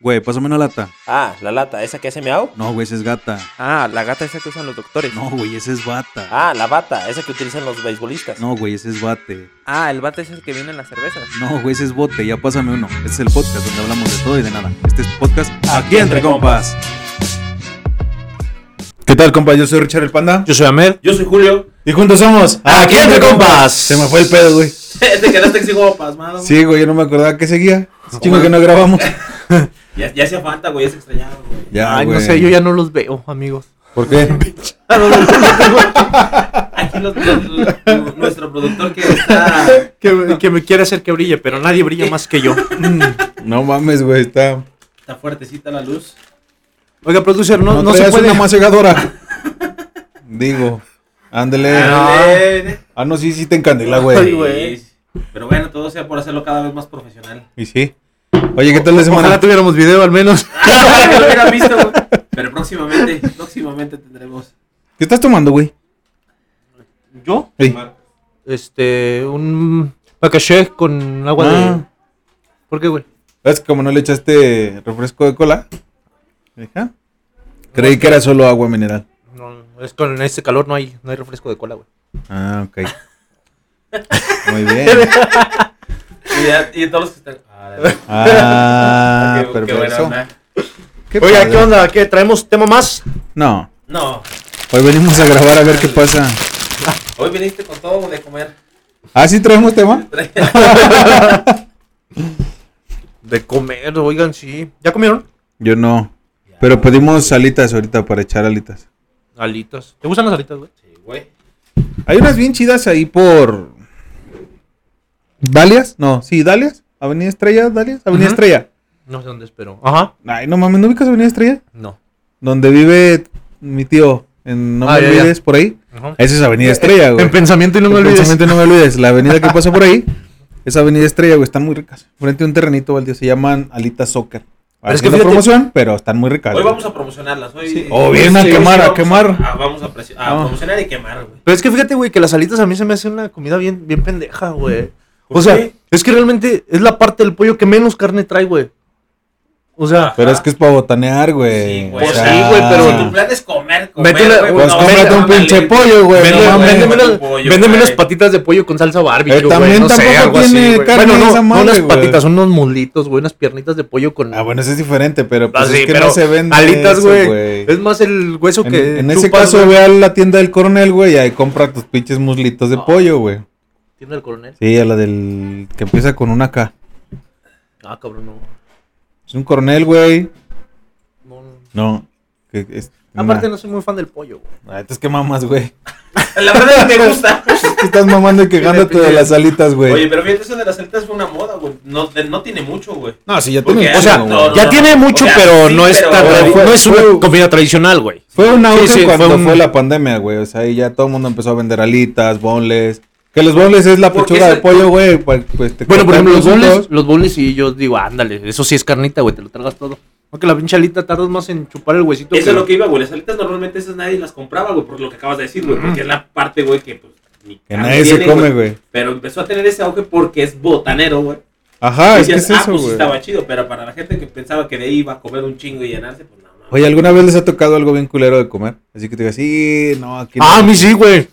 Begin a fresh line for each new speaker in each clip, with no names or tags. Güey, pásame una lata.
Ah, la lata, ¿esa que hace miau?
No, güey, esa es gata.
Ah, la gata esa que usan los doctores.
No, güey, esa es bata.
Ah, la bata, esa que utilizan los beisbolistas.
No, güey, ese es bate.
Ah, el bate es el que viene en las cervezas.
No, güey, ese es bote. Ya pásame uno. Este es el podcast donde hablamos de todo y de nada. Este es podcast
Aquí Entre Compas.
¿Qué tal, compa? Yo soy Richard el Panda.
Yo soy Amer.
Yo soy Julio.
Y juntos somos
Aquí Entre Compas.
Se me fue el pedo, güey.
Te quedaste así como pasmado.
Sí, güey, yo no me acordaba que seguía. Es Chingo que no grabamos.
Ya, ya hacía falta, güey, ya se extrañaba, güey.
Ya,
Ay, no
güey.
sé, yo ya no los veo, amigos.
¿Por qué?
Aquí los- los- los- nuestro productor que está.
Que, me- que me quiere hacer que brille, pero nadie brilla más que yo.
No mames, güey, está...
Está fuertecita la luz.
Oiga, producer, no,
No,
no, se puede.
una más llegadora. Digo, ándele.
Eh,
Ah, no, sí, sí te encandila,
Pues,
Ay,
güey.
güey.
Pero bueno, todo sea por hacerlo cada vez más profesional.
Y sí. Oye, ¿qué tal la
Ojalá
semana?
tuviéramos video al menos.
Ah, que lo hubieran visto, güey. Pero próximamente, próximamente tendremos.
¿Qué estás tomando, güey?
¿Yo?
Ey,
Este, un pacaché con agua de.
Ah,
¿Por qué, güey?
¿Ves que como no le echaste refresco de cola? Ajá. Creí que era solo agua mineral.
No, es con este calor no hay, no hay refresco de cola, güey.
Ah, ok. Muy bien.
Y, ya- y todos los que están. Ah, qué-
Ah,
qué buena
perfecto.
onda.
Oiga, ¿qué onda? ¿Qué? ¿Traemos tema más?
No,
No,
hoy venimos a grabar a ver qué pasa.
hoy viniste con todo de comer.
Ah, sí traemos tema.
De comer, oigan, sí. ¿Ya comieron?
Yo no. Pero pedimos alitas ahorita para echar alitas.
Alitas. ¿Te gustan las alitas, güey?
Sí, güey.
Hay unas bien chidas ahí por. ¿Dalias? No, sí, Dalias. Avenida Estrella, Dalias. Avenida
Ujú.
Estrella.
No sé dónde espero. Ajá.
Ay, no mames, ¿no ubicas Avenida Estrella?
No.
Donde vive mi tío. En No
Ah,
me
ya, ya.
olvides, por ahí.
Ajá.
Esa es Avenida Estrella, güey.
En pensamiento y no me olvides.
Precisamente no me olvides, la avenida que pasa por ahí, esa avenida estrella, güey, están muy ricas. Frente a un terrenito baldío, se llaman Alitas Soccer.
Pero es
es
que
que
fíjate-
promoción, pero están muy ricas.
Hoy
güey.
vamos a promocionarlas. Hoy,
Sí. Oh, bien, a
hoy
quemar, a
vamos
quemar.
Ah, vamos a, presi- a
Ah.
promocionar y quemar, güey.
Pero es que fíjate, güey, que las alitas a mí se me hace una comida bien, bien pendeja, güey.
¿Por
O sea,
qué?
es que realmente es la parte del pollo que menos carne trae, güey. O sea,
Pero es que es para botanear, güey.
Sí, güey.
O
Pues
sea,
sí, güey, pero-
Si tu plan es comer, comer,
Métele-
güey,
Pues
no,
cómprate
vete a
un
una
pinche
ley.
pollo, güey.
Véndeme,
no mames.
véndeme unas-
Pollo,
véndeme
güey.
unas patitas de pollo con salsa barbecue,
Eh,
güey.
también
no sé,
tampoco
algo
tiene
así, güey.
carne
Bueno, no,
esa
no
madre,
unas
güey.
patitas, son unos muslitos, güey, unas piernitas de pollo con... pues
Ah, bueno, eso es diferente, pero
Ah,
pues
Así,
es que
pero
no se vende
alitas,
eso,
güey. Es más el hueso
En,
que
en ese
chupas,
caso,
güey.
ve a la tienda del coronel, güey, y ahí compra tus pinches muslitos de pollo, güey.
Tiene el coronel.
Sí, a la del que empieza con una K.
Ah, cabrón, no.
Es un coronel, güey.
No, no.
No. que es
Aparte
una-
no soy muy fan del pollo, güey.
Ah, entonces, ¿qué mamas, güey?
La verdad es que me gusta.
Te estás mamando y quejándote de las alitas,
Oye,
güey.
pero fíjate, eso de las alitas fue una moda, güey. No, de- no tiene mucho, güey.
No, sí, ya
Porque-
tenía.
o sea, no,
Ya
no,
tiene
no.
mucho,
O sea,
pero
sí,
no es
pero-
tan
Pero
tradi-
fue-
no es una
fue-
comida tradicional, güey.
Fue un auge
Sí, sí, fue
cuando fue,
un-
la pandemia, güey. O sea, ahí ya todo el mundo empezó a vender alitas, bonles. Que los bonles es la
Porque
pechuga
ese-
de pollo, güey. Pues, pues, te
Bueno, por
cortan
ejemplo, los
trocitos.
boles, los boles y yo digo, ándale, eso sí es carnita, güey, te lo tragas todo. Aunque la pinche alita tardas más en chupar el huesito.
Eso es lo que iba, güey. Las alitas normalmente esas nadie las compraba, güey, por lo que acabas de decir, güey. Porque es la parte, güey, que pues. ni
Que
carne
nadie se
tiene,
come, güey.
Pero empezó a tener ese auge porque es botanero, güey.
Ajá,
Y
es que es
decías, ah,
eso,
pues, sí
güey.
estaba chido, pero para la gente que pensaba que de ahí iba a comer un chingo y llenarse, pues no, no.
Oye, ¿alguna vez les ha tocado algo bien culero de comer? Así que te digas, sí, no, aquí
Ah, a
no.
mí sí, güey.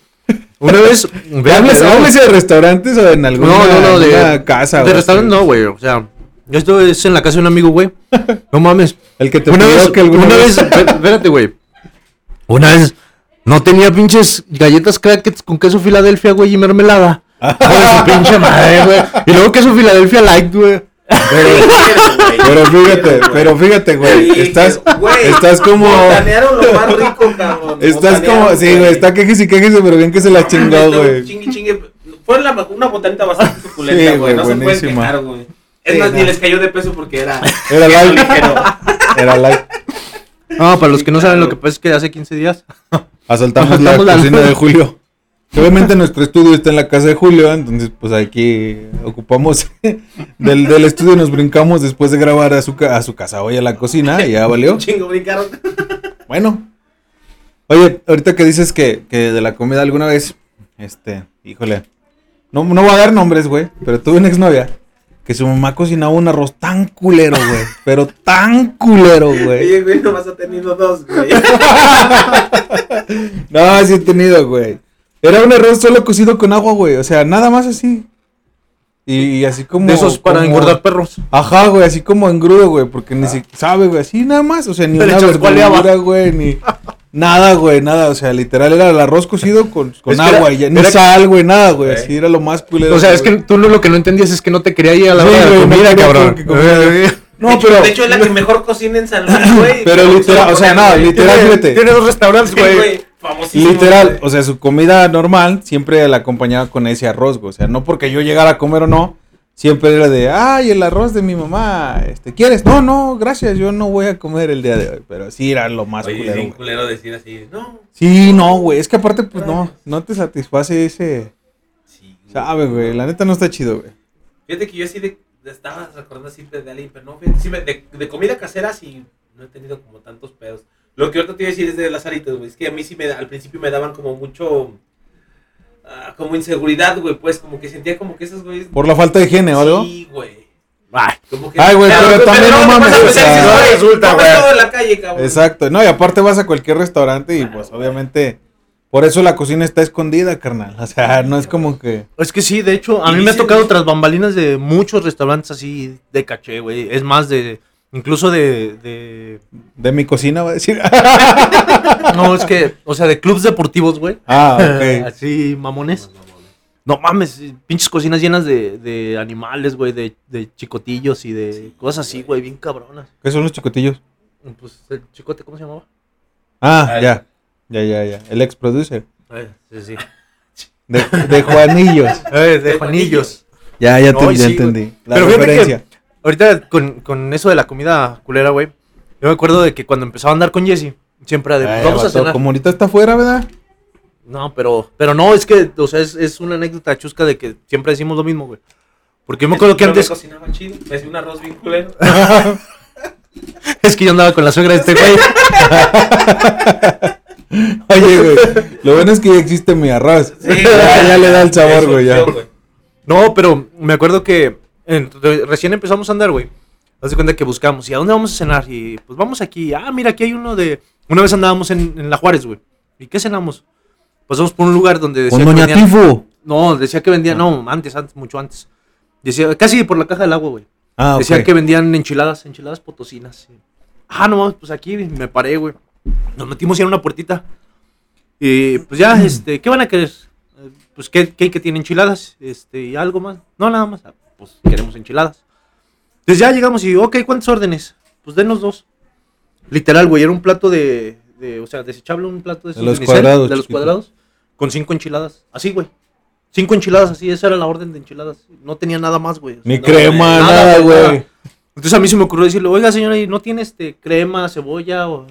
Una vez. ve-
¿Hablas,
ve-
hablas de restaurantes o en
No,
alguna,
no, no, de.
alguna casa?
De
güey?
restaurante no, güey. O sea, yo estuve es en la casa de un amigo, güey. No mames.
El que te
Una
pidió
vez,
que alguna
una vez,
vez...
espé- espérate, güey. Una vez no tenía pinches galletas crackets con queso Filadelfia, güey, y mermelada. Por su pinche madre, güey. Y luego queso Filadelfia light, güey.
Pero fíjate, pero fíjate, güey.
Sí,
Estás,
güey,
estás como.
Botanearon lo más rico, cabrón.
Estás como.
Botanearon,
Sí, güey. Está quejese y quejese, pero bien que se la chingó,
Estuvo
güey.
Chingue, chingue. Fue la, una botanita bastante suculenta,
Sí,
güey.
güey,
no se pueden
buenísima.
quejar, güey. Es
Sí,
más, ni
no.
les cayó de peso porque era.
Era
queso
light.
ligero.
Era la.
No, para los que no saben lo que
claro.
pasa es que hace 15 días.
Asaltamos la
Asaltamos la-
cocina de Julio. Obviamente nuestro estudio está en la casa de Julio, entonces pues aquí ocupamos del, del estudio nos brincamos después de grabar a su, ca- a su casa, hoy a la cocina, y ya valió.
Un chingo brincaron.
¿Eh? Bueno. Oye, ahorita que dices que, que de la comida alguna vez, este, híjole, no, no voy a dar nombres, güey, pero tuve una exnovia que su mamá cocinaba un arroz tan culero, güey. Pero tan culero, güey.
Oye, güey, nomás ha tenido dos, güey.
No, sí he tenido, güey. Era un arroz solo cocido con agua, güey. O sea, nada más así. Y, y así como.
De esos para
como-
engordar Ah. perros.
Ajá, güey, así como en grudo, güey, porque ni siquiera sabe, güey, así nada más, o sea, ni
Se le
una
chascualeaba.
verdura, güey, ni nada, güey, nada, o sea, literal era el arroz cocido con, con
Es que era-
agua, y ya, ni
era-
sal, güey, nada, güey, así era lo más culero.
O sea, es
güey.
que tú no- lo que no entendías es que no te quería ir a la
Sí,
hora de la
güey, no
comida,
quería
cabrón.
que comiera.
de,
No,
hecho,
pero
de hecho, es la que mejor cocina en San Luis, güey.
pero literal, o sea, nada, literal, fíjate.
Tiene dos restaurantes,
Sí, güey,
güey.
famosísimo,
Literal,
güey.
o sea, su comida normal siempre la acompañaba con ese arroz, güey. O sea, no porque yo llegara a comer o no, siempre era de, ay, el arroz de mi mamá, este, ¿quieres? No, no, gracias, yo no voy a comer el día de hoy. Pero sí era lo más
Oye,
culero,
bien
güey.
culero decir así, no.
Sí, no, güey, es que aparte, pues no, no te satisface ese,
Sí, güey.
sabe, güey, la neta no está chido, güey.
Fíjate que yo así de, de- estaba recordando siempre de alguien, pero no, fíjate, sí me- de, de comida casera sí no he tenido como tantos pedos. Lo que ahorita te iba a decir es de las alitas, güey. Es que a mí sí me, da- al principio me daban como mucho, ah, como inseguridad, güey, pues, como que sentía como que esos güeyes...
Por la falta de higiene o algo.
Sí, güey.
Ay,
Como que-
Ay, güey, pero también no
te
mames,
pasa
o
a pensar
sea,
y dices,
no
"Güey,
resulta,
no
güey".
ves todo en la calle, cabrón.
Exacto, no, y aparte vas a cualquier restaurante y pues obviamente, por eso la cocina está escondida, carnal. O sea, no es como que...
Es que sí, de hecho, a
Y
mí me ha
dicen-
tocado tras bambalinas de muchos restaurantes así de caché, güey. Es más, de. Incluso de. de-
De mi cocina, va a decir.
No, es que. O sea, de clubs deportivos, güey.
Ah, ok.
Así, mamones. No mames, pinches cocinas llenas de, de animales, güey, de, de chicotillos y de cosas así, güey, bien cabronas.
¿Qué son los chicotillos?
Pues el chicote, ¿cómo se llamaba?
Ah,
Ay.
ya. Ya, ya, ya. El ex producer.
Eh, sí, sí.
De, de Juanillos.
Eh, de Juanillos.
Ya, ya,
No,
te-
y
ya
sí,
entendí.
güey.
La
Pero fíjate que-
referencia.
Ahorita con, con eso de la comida culera, güey. Yo me acuerdo de que cuando empezaba a andar con Jesse, siempre era de,
Ay,
vamos a
vato,
cenar.
Como ahorita está afuera, ¿verdad?
No, pero, pero no, es que, o sea, es, es una anécdota chusca de que siempre decimos lo mismo, güey. Porque yo me acuerdo que
Pero
antes,
Me cocinaba chido, me hacía un arroz bien culero.
es que yo andaba con la suegra de este güey.
Oye, güey. Lo bueno es que ya existe mi arroz.
Sí,
ya,
güey.
ya le da el sabor,
Eso,
güey. Ya.
yo, güey.
No, pero me acuerdo que en- re- recién empezamos a andar, güey. Haz de cuenta que buscamos, ¿y a dónde vamos a cenar? Y pues vamos aquí. Ah, mira, aquí hay uno de. Una vez andábamos en, en La Juárez, güey. ¿Y qué cenamos? Pasamos por un lugar donde decía
Con Doña
que vendían.
Tifo.
No, decía que vendían. No, antes, antes, mucho antes. Decía, casi por la caja del agua, güey.
Ah,
Decían que
ok.
vendían enchiladas, enchiladas potosinas. sí. Ah, no, mames, pues aquí me paré, güey. Nos metimos ya en una puertita. Y pues ya,
Mm.
este, ¿qué van a querer? Eh, Pues, ¿qué, qué, qué tiene enchiladas? Este, y algo más. No, nada más. Ah, Pues queremos enchiladas. Entonces ya llegamos y, ok, ¿cuántas órdenes? Pues denos dos. Literal, güey, era un plato de, de, o sea, desechable, un plato de, esos
los
unicel,
cuadrados,
de los
chiquito.
cuadrados, con cinco enchiladas. Así, güey. Cinco enchiladas, así, esa era la orden de enchiladas. No tenía nada más, güey. O sea,
Ni
No,
crema,
güey, nada,
nada,
güey,
güey.
nada. entonces a mí se me ocurrió decirle, oiga señora, ¿y no tiene este crema, cebolla? O...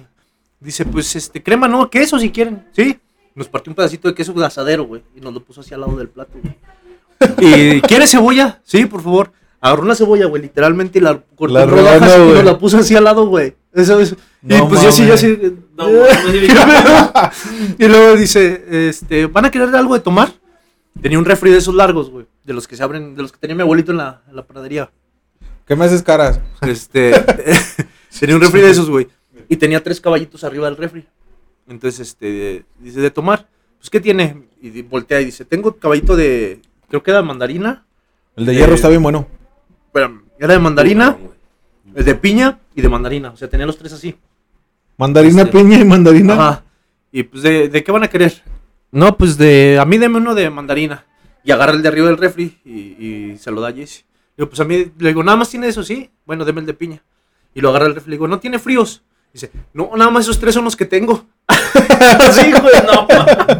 Dice, pues este, crema no, queso si quieren, ¿sí? Nos partió un pedacito de queso asadero, güey, y nos lo puso hacia al lado del plato, güey. ¿Y quiere cebolla? Sí, por favor. Agarró una cebolla, güey, literalmente y la cortó
La
en rodajas
rebanó,
y
güey.
nos la puso hacia al lado, güey. Eso es. y
No
pues yo sí, yo
mames.
sí.
No, mames.
y luego dice, este, ¿van a querer algo de tomar? Tenía un refri de esos largos, güey, de los que se abren, de los que tenía mi abuelito en la, en la panadería.
¿Qué me haces caras?
Este. tenía un refri de esos, güey. Y tenía tres caballitos arriba del refri. Entonces, este. Dice, de tomar. Pues, ¿qué tiene? Y di- voltea y dice, tengo caballito de. Creo que era mandarina.
El de
Eh,
hierro está bien bueno.
Espérame, Era de mandarina, el de piña y de mandarina. O sea, tenía los tres así.
Mandarina,
este-
piña y mandarina.
Ajá. Y pues, ¿de, de qué van a querer? No, pues de. A mí deme uno de mandarina. Y agarra el de arriba del refri y, y se lo da a Jesse. Digo, pues a mí, le digo, nada más tiene eso, sí. Bueno, deme el de piña. Y lo agarra el refri. Le digo, no tiene fríos. Dice, no, nada más esos tres son los que tengo. Así, güey.
No, mames.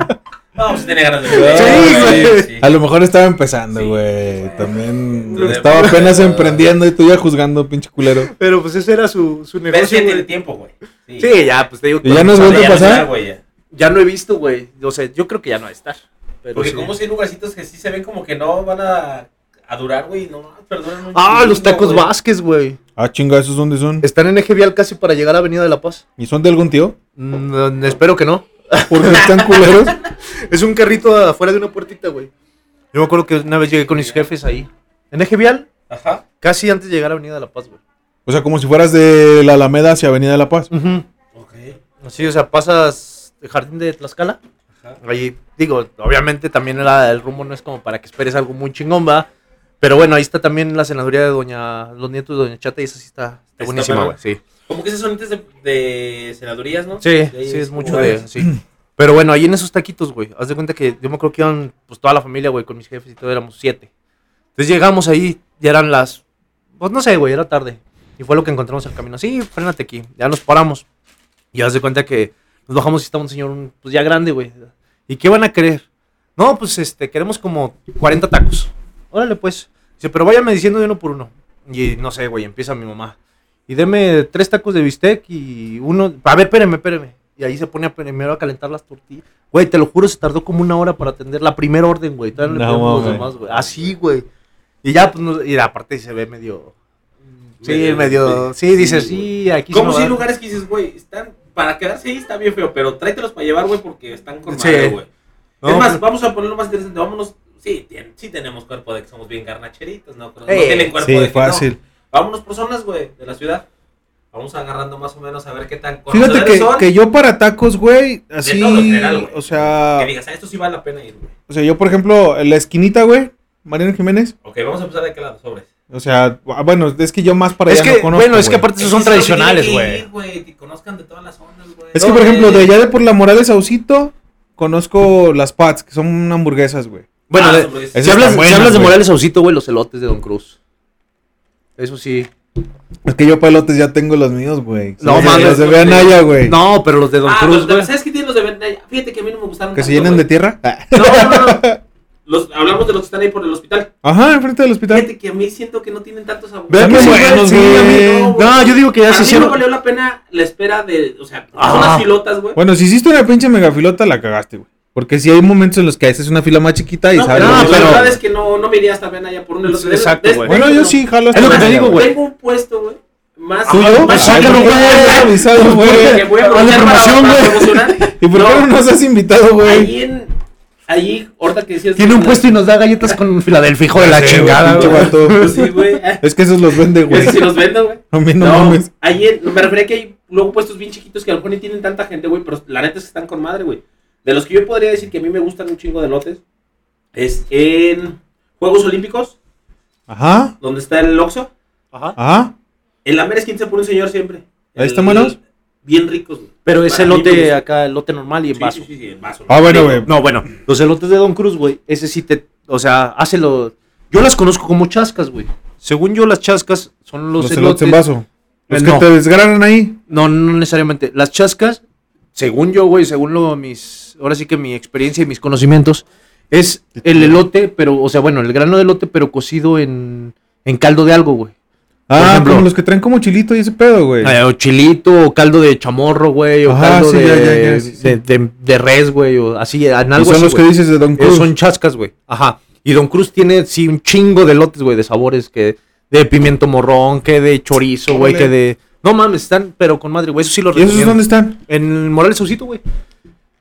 No, pues tiene ganas de
Ah,
Sí, güey.
sí.
A lo mejor estaba empezando,
Sí,
güey.
güey.
También
Lo de-
estaba apenas emprendiendo y tú ya juzgando, pinche culero.
Pero pues ese era su, su
Pero sí
negocio.
ya tiene
güey.
tiempo, güey.
Sí, ya, pues te digo.
Y ya no es vuelve
cuando-
a
Ya no
pasar?
está, güey, ya.
Ya no he visto, güey. O sea, yo creo que ya no va a estar. Pero
Porque
sí.
como si hay lugarcitos que sí se ven como que no van a, a durar, güey. No, perdonan.
Ah, los tacos Vázquez, güey.
Ah, chinga, ¿esos dónde son?
Están en eje vial casi para llegar a Avenida de la Paz.
¿Y son de algún tío?
Mm, espero que no.
Porque están culeros.
Es un carrito afuera de una puertita, güey. Yo me acuerdo que una vez llegué con mis jefes ahí. En Eje Vial,
Ajá.
Casi antes de llegar a Avenida de la Paz, güey.
O sea, como si fueras de la Alameda hacia Avenida de la Paz.
Ok.
Sí, o sea, pasas el jardín de Tlaxcala.
Ajá.
Ahí, digo, obviamente también la- el rumbo no es como para que esperes algo muy chingón, va. Pero bueno, ahí está también la senaduría de Doña, los nietos de Doña Chata y esa sí está, está
Está
buenísima,
buena.
güey. Sí.
Como que esas son antes de, de senadurías, ¿no?
Sí,
De ahí
sí, es
como
mucho
varias.
de. Sí. Pero bueno, ahí en esos taquitos, güey. Haz de cuenta que yo me acuerdo que iban pues, toda la familia, güey, con mis jefes y todo, éramos siete. Entonces llegamos ahí, ya eran las. Pues no sé, güey, era tarde. Y fue lo que encontramos al camino. Sí, frénate aquí. Ya nos paramos. Y haz de cuenta que nos bajamos y estaba un señor, un- pues ya grande, güey. ¿Y qué van a querer? No, pues este, queremos como 40 tacos. Órale, pues. Dice, pero váyame diciendo de uno por uno. Y no sé, güey, empieza mi mamá. Y deme tres tacos de bistec y uno. A ver, espéreme, espéreme. Y ahí se pone a- primero a calentar las tortillas. Güey, te lo juro, se tardó como una hora para atender la primera orden, güey. Todavía no le
No
pedimos los
mames.
demás, güey. Así, güey. Y ya, pues, no- y aparte se ve medio. Sí,
Medio-
medio. Sí, dice, sí, aquí se
Como
me va
si
a dar-
lugares que dices, güey, están. Para quedarse ahí está bien feo, pero tráetelos para llevar, güey, porque están con
Sí.
madre, güey.
No,
es más,
pues,
pero-
vamos a ponerlo más interesante. Vámonos. Sí, tien- sí tenemos cuerpo de que somos bien garnacheritos, ¿no? Pero
Eh,
no tienen cuerpo
Sí,
de que
fácil.
no. Vámonos por zonas, güey, de la ciudad. Vamos agarrando más o menos a ver qué tan
Fíjate
conocedores
que,
son.
que yo para tacos, güey, así,
todo en general, güey.
o sea,
Que digas, a esto sí vale la pena ir, güey.
o sea, yo por ejemplo, en la esquinita, güey, Mariano Jiménez,
Ok, vamos a empezar de qué lado, sobres.
o sea, ah, bueno, es que yo más para
Es
allá
que,
no conozco,
bueno, es que
güey.
aparte esos son
Es que es lo que
tradicionales,
tiene que
güey.
ir, güey. Que conozcan de todas las zonas, güey.
Es que por ejemplo, de allá de por la Morales Saucito, conozco las Pats, que son hamburguesas, güey.
Bueno,
Ah,
de-
las hamburguesas.
si
Esas
hablas,
están
si
buenas,
hablas de
güey.
Morales Ausito, güey, los elotes de Don Cruz. Eso sí.
Es que yo pelotes ya tengo los míos, güey.
No,
Los de-
mames,
Los de
güey.
Veanaya, güey.
No, pero los de Don
Ah,
Cruz,
pero,
güey.
¿sabes qué tienen los de Vendaya? Fíjate que a mí no me gustaron.
Que se
tanto,
llenan de
güey.
tierra. Ah.
No, no, no. Los, hablamos de los que están ahí por el hospital.
Ajá, enfrente del hospital.
Fíjate que a mí siento que no tienen tantos sabores.
Vean que
También
sí,
buenos,
güey, sí,
güey.
a mí no,
no,
güey.
No, yo digo que ya se
a mí no
hicieron.
valió la pena la espera de, o sea,
Ah.
son las filotas, güey.
Bueno, si hiciste una pinche megafilota, la cagaste, güey. Porque si hay momentos en los que haces una fila más chiquita y
no,
sabes.
pero,
lo
no,
que-
la
pero-
verdad es que no, no me iría hasta Ven allá por un elote.
Pues, Exacto, güey.
Bueno, yo sí, jalo.
Es lo que te digo, güey. Pues,
Tengo un puesto, güey. Más,
¿Tú yo?
más
Ay,
sácalo,
¿por qué
güey.
no has avisado,
que
güey?
voy a
Dale
aprovechar para-
promoción,
para
güey.
promocionar.
¿Y por qué no nos has invitado, güey?
Ahí en. Ahí, ahorita que decías.
Tiene un puesto y nos da galletas con Filadelfia, hijo de la
Sí,
chingada,
pinche
güey.
vato.
Sí, güey.
Es que esos los vende, güey.
Es que si los vendo, güey.
A mí no,
No,
mames.
ahí en- me refería que hay luego puestos bien chiquitos que a lo mejor ni tienen tanta gente, güey, pero la neta es que están con madre, güey. De los que yo podría decir que a mí me gustan un chingo de lotes, es en Juegos Olímpicos,
Ajá,
donde está el Oxxo.
Ajá.
ajá.
En la mera esquina se pone un señor siempre.
¿Ahí
El-
están buenos?
Bien ricos, güey.
Pero es
Para mí me
elote
gusta.
acá, elote normal y en
Sí,
vaso.
sí, sí, sí, en vaso.
Ah, bueno,
Digo,
güey.
No, bueno, los elotes de Don Cruz, güey, ese sí te, o sea, hácelo. Yo las conozco como chascas, güey. Según yo, las chascas son los,
Los elotes en vaso. Los
Eh,
que
no.
te desgranan ahí.
No, no necesariamente. Las chascas, según yo, güey, según lo mis, ahora sí que mi experiencia y mis conocimientos, es el elote, pero, o sea, bueno, el grano de elote, pero cocido en, en caldo de algo, güey.
Ah,
ejemplo.
como los que traen como chilito y ese pedo, güey.
Eh, o chilito, o caldo de chamorro, güey, o
Ajá,
caldo
sí,
de,
ya, ya, ya, sí, sí.
de- de- de res, güey, o así, en
Y
algo
son
así,
los que
güey.
dices de Don
Eh,
Cruz.
son chascas, güey. Ajá. Y Don Cruz tiene, sí, un chingo de lotes, güey, de sabores que... De pimiento morrón, que de chorizo, güey,
Órale.
que de... No mames, están, pero con madre, güey, eso sí lo
¿Y esos
recomiendo.
dónde están?
En Morales Saucito, güey.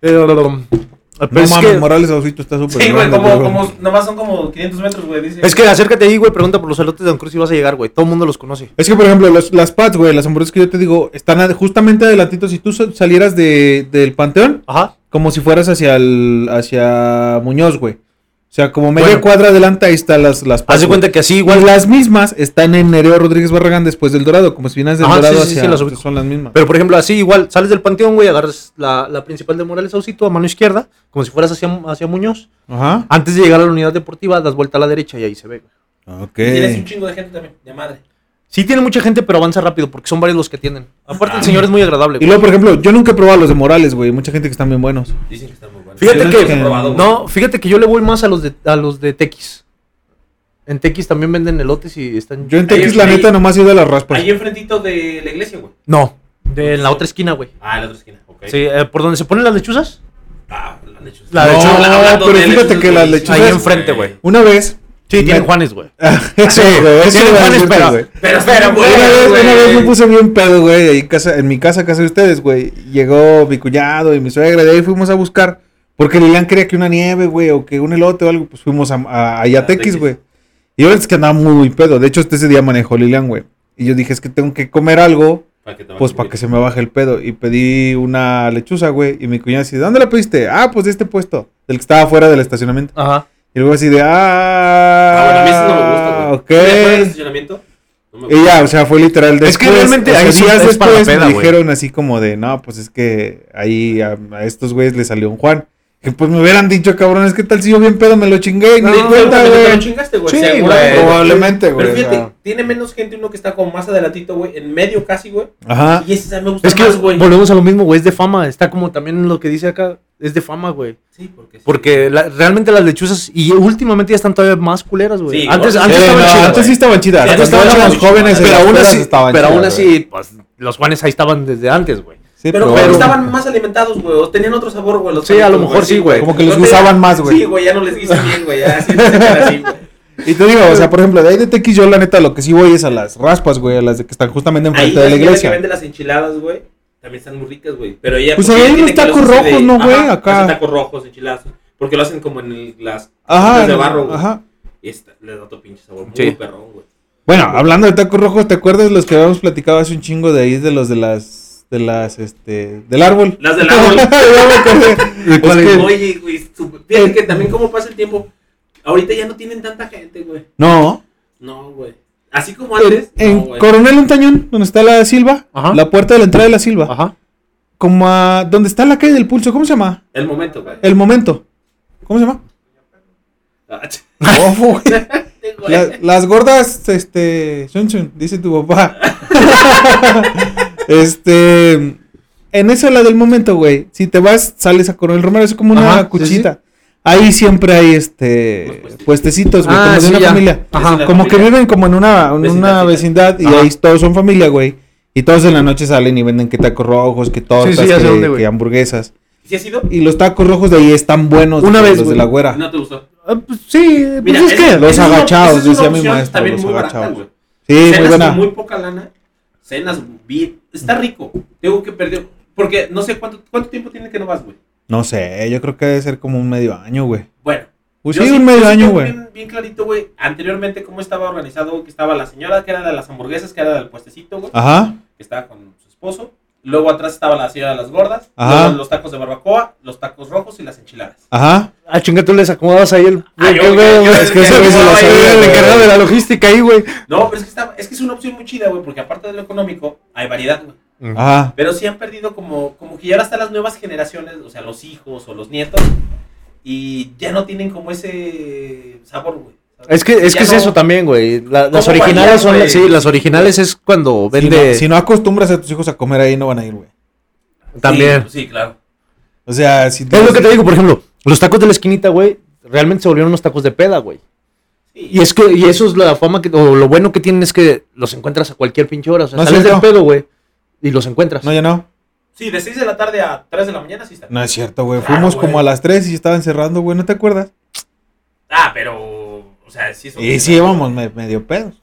Eh, lo- lo- lo-
No
pero es,
mames,
que,
Morales Ausito está súper
Sí,
pues
güey,
grande,
como,
güey.
como, nomás son como 500 metros, güey, dice.
es que acércate ahí, güey, pregunta por los elotes de Don Cruz y vas a llegar, güey. Todo el mundo los conoce.
Es que, por ejemplo, los- las pads, güey, las hamburguesas que yo te digo, están ad- justamente adelantitos. Si tú sa- salieras de, del panteón,
Ajá.
como si fueras hacia el, hacia Muñoz, güey. O sea, como media
Bueno.
cuadra adelante, ahí están las, las
Haz de
güey.
cuenta que así,
Igual
igual...
las mismas están en Nereo Rodríguez Barragán después del Dorado, como si vienes del
Ajá, sí,
Dorado
sí, sí,
hacia...
las ubico.
son las mismas.
Pero, por ejemplo, así, igual, sales del panteón, güey, agarras la, la principal de Morales Saucito a mano izquierda, como si fueras hacia, hacia Muñoz.
Ajá.
Antes de llegar a la unidad deportiva, das vuelta a la derecha y ahí se ve, güey.
Ok.
Y Tienes un chingo de gente también, de madre.
Sí tiene mucha gente, pero avanza rápido, porque son varios los que tienen. Aparte, el señor es muy
Y
agradable, güey.
luego, por ejemplo, yo nunca he probado los de Morales, güey. Mucha gente que están bien buenos.
Dicen que están muy buenos.
Fíjate
Yo
que-
los he probado, güey.
No, fíjate que yo le voy más a los de, a los de Tequis. En Tequis también venden elotes y están...
Yo en Tex,
Ahí-
la
ahí-
neta, nomás he ido a las raspas.
Ahí enfrentito de la iglesia, güey.
No, de en la otra esquina, güey.
Ah, en la otra esquina, ok.
Sí, eh, por donde se ponen las lechuzas.
Ah, la leche.
La lechuza.
habla-
No,
hablando
pero
de
fíjate que la
güey.
lechuza
Ahí es- enfrente, güey.
Una vez...
Sí,
me-
tienen Juanes, güey.
Sí, güey, eso
tienen
iba a
Juanes,
decirte,
pero-
güey.
Pero espera, güey.
Una vez,
güey.
una vez me puse bien pedo, güey, ahí en, casa, en mi casa, casa de ustedes, güey. Llegó mi cuñado y mi suegra, y ahí fuimos a buscar. Porque Lilian quería que una nieve, güey, o que un elote o algo, pues fuimos a, a, ahí a
A
Tequis,
Tequis.
güey. Y yo es que andaba muy pedo. De hecho, este ese día manejó Lilian, güey. Y yo dije, es que tengo que comer algo,
Para que te
pues para que se me baje el pedo. Y pedí una lechuza, güey. Y mi cuñada así, ¿de dónde la pediste? Ah, pues de este puesto, del que estaba afuera del estacionamiento.
Ajá.
Y luego así de, ah.
Ah, bueno, a mí eso no me gusta, güey. ¿Te acuerdas del
Ok.
estacionamiento? No me
Y ya, o sea, fue literal. Después,
Es que realmente
o sea,
ahí sí
días
es para la
después
peda,
me
güey.
dijeron así como de, no, pues es que ahí a, a estos güeyes le salió un Juan. Que pues me hubieran dicho, cabrón, es que tal si yo bien pedo me lo chingué y
No,
pues, ni
no,
cuenta,
no, te lo
güey.
chingaste, güey.
Sí,
seguramente.
güey, probablemente, güey.
Pero fíjate,
o sea.
tiene menos gente uno que está como más adelantito, güey. En medio casi, güey.
Ajá. Eh,
Y ese sí me gusta
Es que
más, güey.
volvemos a lo mismo, güey. Es de fama. Está como también lo que dice acá. Es de fama, güey.
Sí, porque sí.
Porque la- realmente las lechuzas. Y últimamente ya están todavía más culeras, güey.
Sí,
antes
güey.
antes
Sí,
estaban
no,
chidas,
antes sí
güey.
estaban chidas.
Sí,
Antes
antes
estaban
estaban
los jóvenes,
chidas,
en
Pero
las
aún
pedas
así,
estaban
pero
chidas,
aún
güey.
así pues, los Juanes ahí estaban desde antes, güey.
Sí,
pero,
pero-
güey, estaban más alimentados, güey. O tenían otro sabor, güey. los
Sí, a lo
palitos,
mejor sí, güey.
Como que les
No te-
gustaban más, güey.
Sí, güey, ya no les guisa bien, güey. Ya sí, se quedan así, güey.
Y te digo, o sea, por ejemplo, de ahí de Tequis, yo la neta lo que sí voy es a las raspas, güey, a las de que están justamente
Ahí
enfrente
la
de la
señora que
iglesia.
vende las enchiladas, güey. También están muy ricas, güey. Pero ella.
Pues
porque
ahí
ella
hay unos
tiene que
tacos
los hace
rojos, ¿no, güey?
ajá,
Acá.
hace tacos rojos, enchiladas. Porque lo hacen como en el- las.
Ajá.
Ajá. De barro, güey.
ajá.
Y esta- les da otro pinche sabor. Muy
Sí.
perrón, güey.
Bueno, hablando de tacos rojos, ¿te acuerdas los que habíamos platicado hace un chingo de ahí de los de las de las este del árbol?
Las del árbol. pues
Ya me acordé.
cuál
Es que-
Oye, güey, super- fíjate
Eh.
que también cómo pasa el tiempo. Ahorita ya no tienen tanta gente, güey.
no.
No, güey. Así como antes.
En
no, güey.
Coronel Untañón, donde está la Silva,
Ajá.
la puerta de la entrada de la Silva,
Ajá.
como a donde está la calle del Pulso, ¿cómo se llama?
El momento, güey.
El momento. ¿Cómo se llama?
Ah, ch-
Ojo, güey.
güey.
La- las gordas, este, chun chun, dice tu papá. este, en esa la del momento, güey. Si te vas, sales a Coronel Romero, es como una
Ajá, sí,
cuchita. Ahí siempre hay
Unos
este
puestitos.
puestecitos, güey,
Ah,
como de
sí,
una
ya.
familia.
Ajá.
Una
Como que
familia.
viven como en una, en una vecindad y
Ajá.
ahí todos son familia, güey. Y todos en la noche salen y venden que tacos rojos, que tortas,
sí, ya sé
que,
dónde, güey.
que hamburguesas.
¿Sí ha sido?
Y los tacos rojos de ahí están buenos.
Una
güey, los
vez,
de
güey.
la güera.
No te gustó.
Ah, pues, sí, pues
Mira,
es
esa-
que.
esa
los
es una-
agachados,
esa es una
decía mi
opción
maestro,
También
los
muy barata,
agachados.
güey.
Sí, muy
Cenas
buena.
con muy poca lana. Cenas bien. Está rico. Tengo que perder. Porque no sé cuánto, cuánto tiempo tiene que no vas, güey.
No sé, yo creo que debe ser como un medio año, güey.
Bueno.
Pues
yo
sí, un
yo
medio año,
tengo
güey.
Bien, bien clarito, güey. Anteriormente, cómo estaba organizado, que estaba la señora que era de las hamburguesas, que era del puestecito, güey.
Ajá.
que estaba con su esposo. Luego atrás estaba la señora de las gordas,
Ajá.
luego los tacos de barbacoa, los tacos rojos y las enchiladas.
Ajá.
Ah, chinga, tú les acomodabas ahí el.
Ay,
¿Qué
Ah, yo-
pedo,
yo-
güey?
yo-
Es que
yo-
ese güey se
yo-
lo
yo-
sabía,
yo-
el encargado de la logística ahí, güey.
No, pero es que, está, es que es una opción muy chida, güey, porque aparte de lo económico, hay variedad, güey.
Ah,
Ajá.
Pero sí han perdido como, como que ya ahora están las nuevas generaciones, o sea, los hijos o los nietos, y ya no tienen como ese sabor, güey.
Es que es,
Ya
que es
no-
eso también, güey. La- las
¿Cómo varía,
originales son.
güey?
Sí, las originales es cuando
Si
vende.
no, si no acostumbras a tus hijos a comer ahí, no van a ir, güey.
también.
Sí, sí, claro.
O sea, si
Es lo que te digo, por ejemplo, los tacos de la esquinita, güey, realmente se volvieron unos tacos de peda, güey.
Sí.
Y es que, y eso es la fama que, o lo bueno que tienen es que los encuentras a cualquier pinche hora. O sea,
No es
sales del
cierto.
pedo, güey, y los encuentras.
No, ya no.
Sí, de 6 de la tarde a 3 de la mañana sí está.
No es cierto, güey.
Claro,
Fuimos
Ah, güey.
como a las 3 y estaban cerrando, güey. ¿No te acuerdas?
Ah, pero, o sea, sí es
Y sí, íbamos me- medio pedos.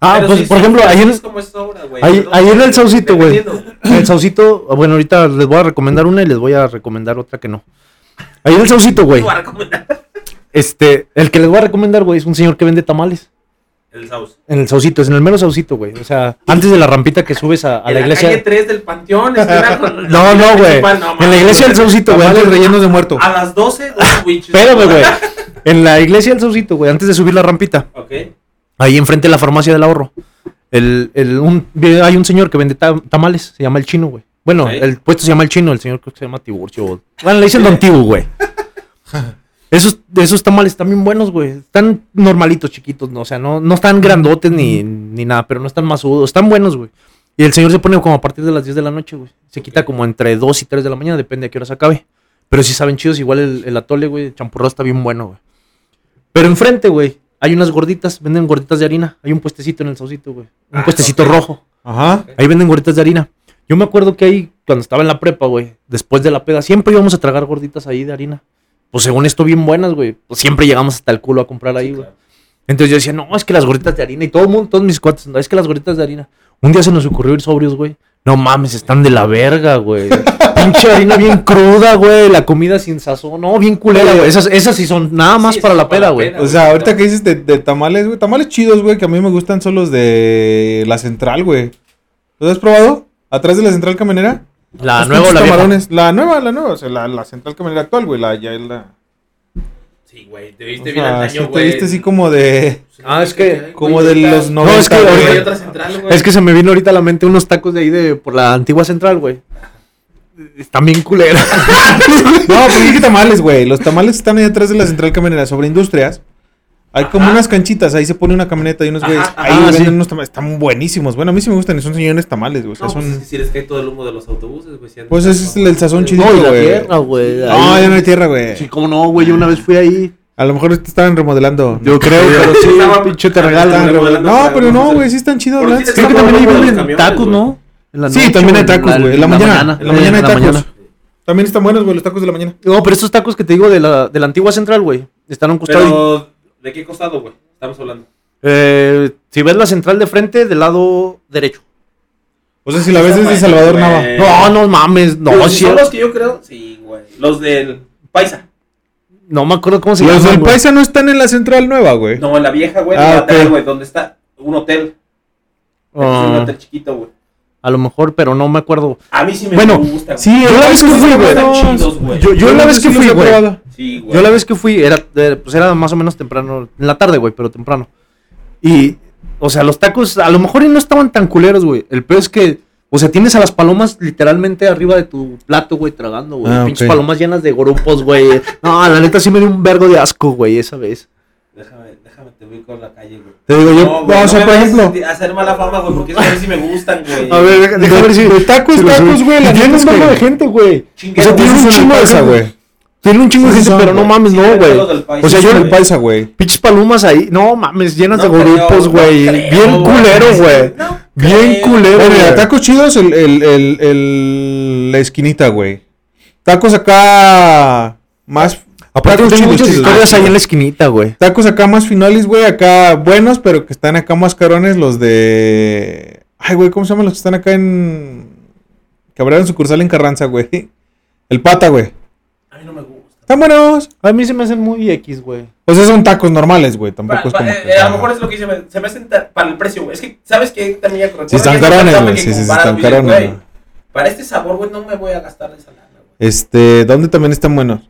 ah,
Pero
pues,
sí,
por
sí,
ejemplo,
sí,
ayer,
es como es ahora, güey.
ahí-
Entonces,
ahí en el Saucito, güey.
dependiendo.
el Saucito, bueno, ahorita les voy a recomendar una y les voy a recomendar otra que no. Ahí en el Saucito, güey,
Tú vas a recomendar
este, el que les voy a recomendar, güey, es un señor que vende tamales.
El Sauce.
En el Saucito, es en el mero Saucito, güey. O sea, antes de la rampita que subes a, a
En
la
calle
iglesia.
3 del Panteón. es que era con-
No, no, güey.
principal, no,
En la
mames,
iglesia del
güey.
Saucito,
Tamales
güey. antes de- Ah,
rellenos de muerto.
A las 12, dos sándwiches.
Espérame, güey. En la iglesia del Saucito, güey, antes de subir la rampita.
Ok.
Ahí enfrente de la farmacia del ahorro. El, el, un, eh, hay un señor que vende tam- tamales, se llama el chino, güey. Bueno,
Ok.
el puesto se llama el chino, el señor creo que se llama Tiburcio. o- Bueno, le dicen Don Tibu, güey. Esos, esos tamales están bien buenos, güey. Están normalitos, chiquitos, ¿no? o sea, no, no están grandotes ni, ni nada, pero no están masudos. Están buenos, güey. Y el señor se pone como a partir de las 10 de la noche, güey. Se quita como entre 2 y 3 de la mañana, depende a qué hora se acabe. Pero sí saben chidos, igual el, el atole, güey, el champurrado está bien bueno, güey. Pero enfrente, güey, hay unas gorditas, venden gorditas de harina. Hay un puestecito en el saucito, güey. Un
Ah,
puestecito
ok.
rojo.
Ajá.
Ahí venden gorditas de harina. Yo me acuerdo que ahí, cuando estaba en la prepa, güey, después de la peda, siempre íbamos a tragar gorditas ahí de harina. Pues según esto, bien buenas, güey. Pues siempre llegamos hasta el culo a comprar ahí, güey.
claro.
Entonces yo decía, no, es que las gorditas de harina. Y todo el mundo, todos mis cuates, no, es que las gorditas de harina. Un día se nos ocurrió ir sobrios, güey. No mames, están de la verga, güey. Pinche harina bien cruda, güey. La comida sin sazón. No, bien culera, güey. Esas, esas sí son nada más
Sí,
para
esas
la
para
peda,
la
güey.
peda.
O sea, ahorita que dices de, de tamales, güey. Tamales chidos, güey, que a mí me gustan son los de la central, güey. ¿Los has probado? ¿Atrás de la central camionera?
La
Los
nueva o
pinches
la vieja.
camarones. La nueva, la nueva. O sea, la, la central camionera actual, güey. La, ya es la...
Sí, güey, te viste
o
bien
sea,
antaño,
sí
güey.
te viste así como de...
Ah, es que-
Como de los 90,
No, es que
güey.
Hay otra central, güey.
Es que se me vino ahorita a la mente unos tacos de ahí de por la antigua central, güey. Están bien culeros.
No, pues dije tamales, güey. Los tamales están ahí atrás de la central camionera, sobre industrias. Hay como unas canchitas, ahí se pone una camioneta y unos güeyes. Ahí
ah,
venden
sí.
unos tamales. Están buenísimos. Bueno, a mí sí me gustan y son señores tamales, güey. O sea,
No,
son-
pues es que sí les cae todo el humo de los autobuses, güey. si andan-
Pues ese es el sazón chido.
No, y la
güey.
tierra, güey.
No,
Ahí.
ya no hay tierra, güey.
Sí, cómo no, güey. Yo una vez fui ahí.
A lo mejor te estaban remodelando.
Yo creo, pero sí, pinche te
Estaban
regalan.
remodelando.
remodelando. No,
para
pero no,
algunos.
güey, sí están chidos.
Por
la
sí
neta.
les
Creo que también ahí
Los
venden
camiones,
tacos,
güey.
¿no? En la
Sí,
noche
también
o
hay
en
tacos, güey. En la mañana. En la
eh,
mañana hay tacos.
mañana.
También están buenos, güey, los tacos de la mañana.
No, pero estos tacos que te digo de la, de la antigua central, güey, están a un costado.
Pero, ¿de qué costado, güey? Estamos hablando.
Eh, si ves la central de frente, del lado derecho.
O sea, si la ves desde
Güey,
Salvador
güey.
Nava.
No, no mames, no,
Pero si
sí,
son los que yo creo, sí, güey. Los del Paisa.
no me acuerdo cómo se llama.
Los del paisa no están en la central nueva, güey.
No, en la vieja, güey,
Ah,
la lateral,
ok.
güey, donde está un hotel. Es
Ah.
un hotel chiquito, güey.
a lo mejor, pero no me acuerdo.
A mí sí me
Bueno,
gusta.
sí, yo la vez que fui, güey.
Están chidos, güey.
Yo, yo la vez que fui, güey.
Sí, güey.
Yo la vez que fui, era, eh, pues era más o menos temprano, en la tarde, güey, pero temprano. Y, o sea, los tacos, a lo mejor y no estaban tan culeros, güey. El peor es que, o sea, tienes a las palomas literalmente arriba de tu plato, güey, tragando, güey.
Ah,
Pinches
ok.
palomas llenas de grupos, güey. No, la neta sí me dio un vergo de asco, güey, esa vez.
Déjame, déjame, te voy con la calle, güey.
Te digo yo,
güey,
o sea,
me
por
vayas
ejemplo,
a hacer mala fama, güey, porque eso a mí sí me gustan, güey.
ver, déjame ver si. De
tacos, tacos, güey, la neta
Tiene un
es que-
vergo de gente, güey.
Chingue,
O sea,
güey.
tiene un
Ese es el
chingo de
paisa,
gente.
güey.
Tiene un chingo de
Sí,
gente,
son,
pero no
güey.
mames,
Sí,
no,
me acuerdo
güey.
del país,
O sea,
Ese
yo
es
güey.
el paisa, güey.
Pinches palomas ahí. No mames, llenas
No
de
creo,
goripos,
no
güey.
creo,
Bien
güey.
culero, güey.
No
Bien
creo.
culero,
Pero mira,
güey.
tacos chidos, el, el, el, el- la esquinita, güey. Tacos acá más.
Aparte,
tacos
tengo
chidos,
muchas
chidos,
historias
güey.
ahí en la esquinita, güey.
Tacos acá más finales, güey, acá buenos, pero que están acá más carones los de... Ay, güey, ¿cómo se llaman los que están acá en... Que abrieron sucursal en Carranza, güey? El Pata, güey.
A mí no me gusta.
Están buenos.
A mí se me hacen muy X, güey.
O sea, son tacos normales, güey. Tampoco
Pa-
es
pa-
como...
eh,
que-
eh, a lo mejor es lo que se me, se me hacen ta- para el precio, güey. Es que, ¿sabes qué? También ya
Sí, están carones, güey. Sí, sí, sí, están carones, güey.
Para este sabor, güey, no me voy a gastar esa lana, güey.
Este, ¿dónde también están buenos?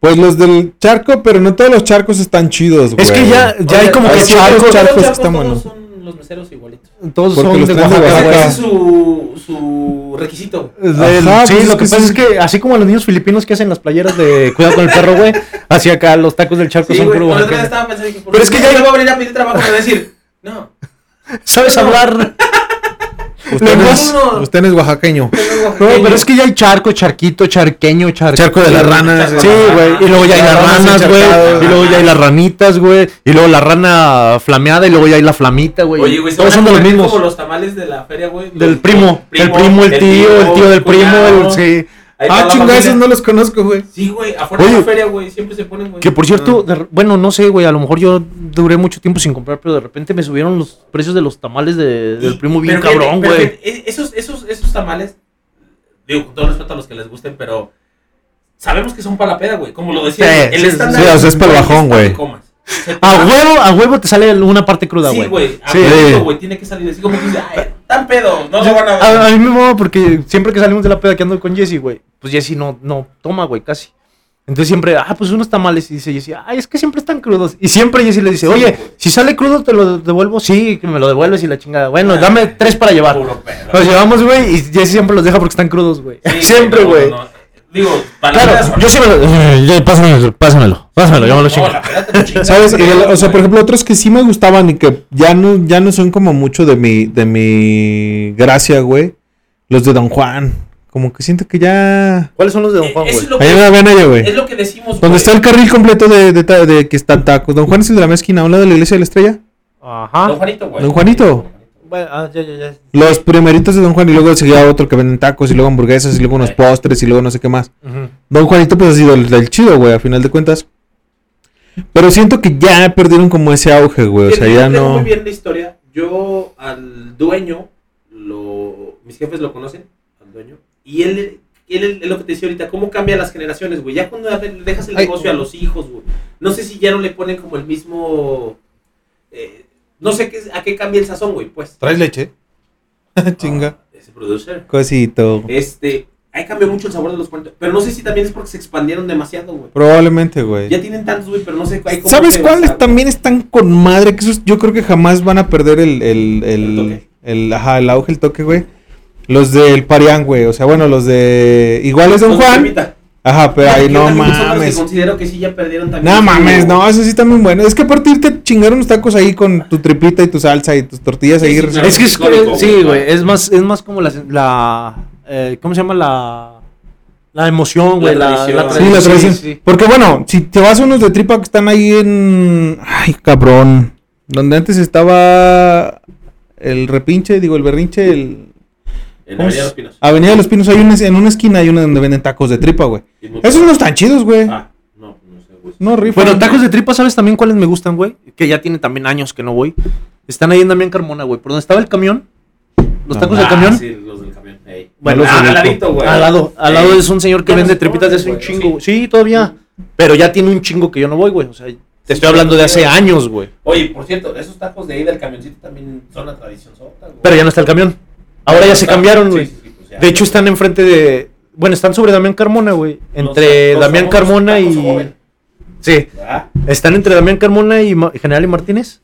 Pues los del charco, pero no todos los charcos están chidos, güey.
Es que ya, ya hay
Oye,
como
hay
que
todos
charcos,
charcos.
los
charcos
chavos,
están
todos
buenos. Ah,
son los meseros igualitos.
Todos
Porque
son
los
de
traen de
Oaxaca,
Oaxaca.
güey.
Ese es su, su requisito, güey.
Del-
Ajá,
sí,
pues
lo
es
que
que
pasa
sí.
es que así como los niños filipinos que hacen las playeras de Cuidado con el perro, güey, así acá los tacos del charco
Sí,
son
güey,
puro
por otra vez
oaxaqueño.
estaba pensando que por
Pero es
qué
que ya hay-
me voy a venir a pedir trabajo y decir, no,
¿Sabes hablar?
Usted, no es,
Luego-
usted no es oaxaqueño.
no,
No, pero es que ya hay charco, charquito, charqueño, charco.
Charco de las ranas.
Sí, güey. Y luego ya hay las ranas, güey. Y luego ya hay las ranitas, güey. Y luego la rana flameada. Y luego ya hay la flamita, güey.
Oye, güey, se
todos son
van a
de los
comer
mismos.
Como los tamales de la feria, güey.
Del
Los-
primo, el primo, el tío, el tío del primo, el.
cuñado.
Sí.
Ahí está
Ah,
la
chinga,
familia.
esos no los conozco, güey.
Sí, güey, afuera de
Oye.
la feria, güey, siempre se ponen, güey.
Que por cierto,
Ah.
de- bueno, no sé, güey, a lo mejor yo duré mucho tiempo sin comprar, pero de repente me subieron los precios de los tamales de- del
Y-
primo bien
pero fíjate,
cabrón,
pero
güey.
fíjate, e- Esos, esos, esos tamales, digo, con todo respeto a los que les gusten, pero sabemos que son para la peda, güey. Como lo decía,
Sí,
el
sí,
estándar.
sí, o sea, es para el bajón,
para que
güey.
comas. Se te
A
va-
huevo, a huevo te sale una parte cruda,
Sí,
Ah, güey.
güey, a
Sí.
huevo, güey, tiene que salir así como que dice, "Ay, tan pedo, no lo van a ver.
A, a mí me mola porque siempre que salimos de la peda que ando con Jesse, güey, pues Jesse no, no toma, güey, casi. Entonces siempre, ah, pues unos tamales. Y dice Jesse, ay, es que siempre están crudos. Y siempre Jesse le dice, oye, si sale crudo te lo devuelvo. Sí, que me lo devuelves y la chingada. Bueno, dame tres para llevar.
Ah, Puro pedo.
Los llevamos, güey, y Jesse siempre los deja porque están crudos, güey.
Sí,
siempre,
no,
güey.
no, no. Digo, para la peda
Claro,
son-
yo sí me lo. eh, ya, pásamelo, pásamelo, pásamelo, yo me lo
No,
chingo.
la peda te lo chingas.
¿Sabes? Y de la- o sea,
güey.
por ejemplo, otros que sí me gustaban y que ya no, ya no son como mucho de mi, de mi gracia, güey. Los de Don Juan. Como que siento que ya...
¿Cuáles son los de Don
Eh,
Juan,
eso es
güey?
lo
Ahí en
que-
la vean allá, güey.
es lo que decimos, pues,
Donde
güey.
está el carril completo de, de, ta- de que están tacos. Don Juan es el de la mera esquina, a un lado de la iglesia de la estrella.
Don
Ajá.
Juanito, güey.
Don Juanito.
Bueno, ah, ya, ya, ya.
Los primeritos de Don Juan y luego seguía otro que venden tacos y luego hamburguesas y luego unos postres y luego no sé qué más.
Ujú.
Don Juanito pues ha sido el, el chido, güey, a final de cuentas. Pero siento que ya perdieron como ese
Pues
Pues auge, güey. O sea,
Fíjate, yo
ya
tengo
no...
muy bien la historia. Yo al dueño lo mis jefes lo conocen, al dueño, y él, él, él- es lo que te decía ahorita, cómo cambia las generaciones, güey. Ya cuando le dejas el
Ay.
negocio a los hijos, güey. No sé si ya no le ponen como el mismo... eh, no sé qué, a qué cambia el sazón, güey, pues.
¿Traes leche? Chinga.
Ah, Ese producer.
Cosito.
Este, ahí cambió mucho el sabor de los cuentos. Pero no sé si también es porque se expandieron demasiado, güey.
Probablemente, güey.
Ya tienen tantos, güey, pero no sé. hay como
¿Sabes
que-
cuáles también están con madre? Que esos yo creo que jamás van a perder el, el, el-
El toque.
el- ajá, el auge, el toque, güey. Los del Parián, güey. O sea, bueno, los de. Igual es Don
Entonces,
Juan.
ahorita,
Ajá, pero
ya
ahí
tienen
no
también personas que
mames.
Considero que sí ya perdieron también.
No
su-
mames, no, eso sí está muy bueno. Es que aparte irte a chingar unos tacos ahí con tu triplita y tu salsa y tus tortillas
Sí,
ahí.
sí,
reci-
claro.
Es que es,
Icónico,
sí,
güey.
güey, es más, es más como la, la eh, ¿cómo se llama? La, la emoción, güey, la,
La tradición.
la
Sí,
Sí, la
tradición,
tradición.
sí.
Porque bueno, si te vas a unos de tripa que están ahí en. Ay, cabrón. Donde antes estaba el repinche, digo, el berrinche, el.
En Avenida Los Pinos.
Avenida de los Pinos. Hay una, en una esquina hay una donde venden tacos de tripa, güey.
Y muy-
Esos no están chidos, güey.
Ah, no, no sé, güey.
No rifan.
Bueno, tacos de tripa, ¿sabes también cuáles me gustan, güey? Que ya tiene también años que no voy. Están ahí en Damián Carmona, güey. Por donde estaba el camión. Los tacos del
Ah,
camión.
Sí, los del camión. ey.
Bueno,
Ah,
ah,
al ladito, güey.
al lado, al lado
Ey.
es un señor que
Ya no
vende
se
tripitas de hace
ponen,
un
güey,
chingo. Sí. todavía. Pero ya tiene un chingo que yo no voy, güey. O sea, te estoy hablando de hace años, güey.
Oye, por cierto, esos tacos de ahí del camioncito también son la tradición sota, güey.
Pero ya no está el camión. Ahora ya se cambiaron,
Sí,
güey.
sí, sí, pues ya.
De hecho, están enfrente de. Bueno, están sobre Damián Carmona, güey.
Los-
Entre
los
Damián
famosos
Carmona
tacos
y.
joven,
Sí,
¿verdad?
están entre Damián Carmona y Ma- General y Martínez.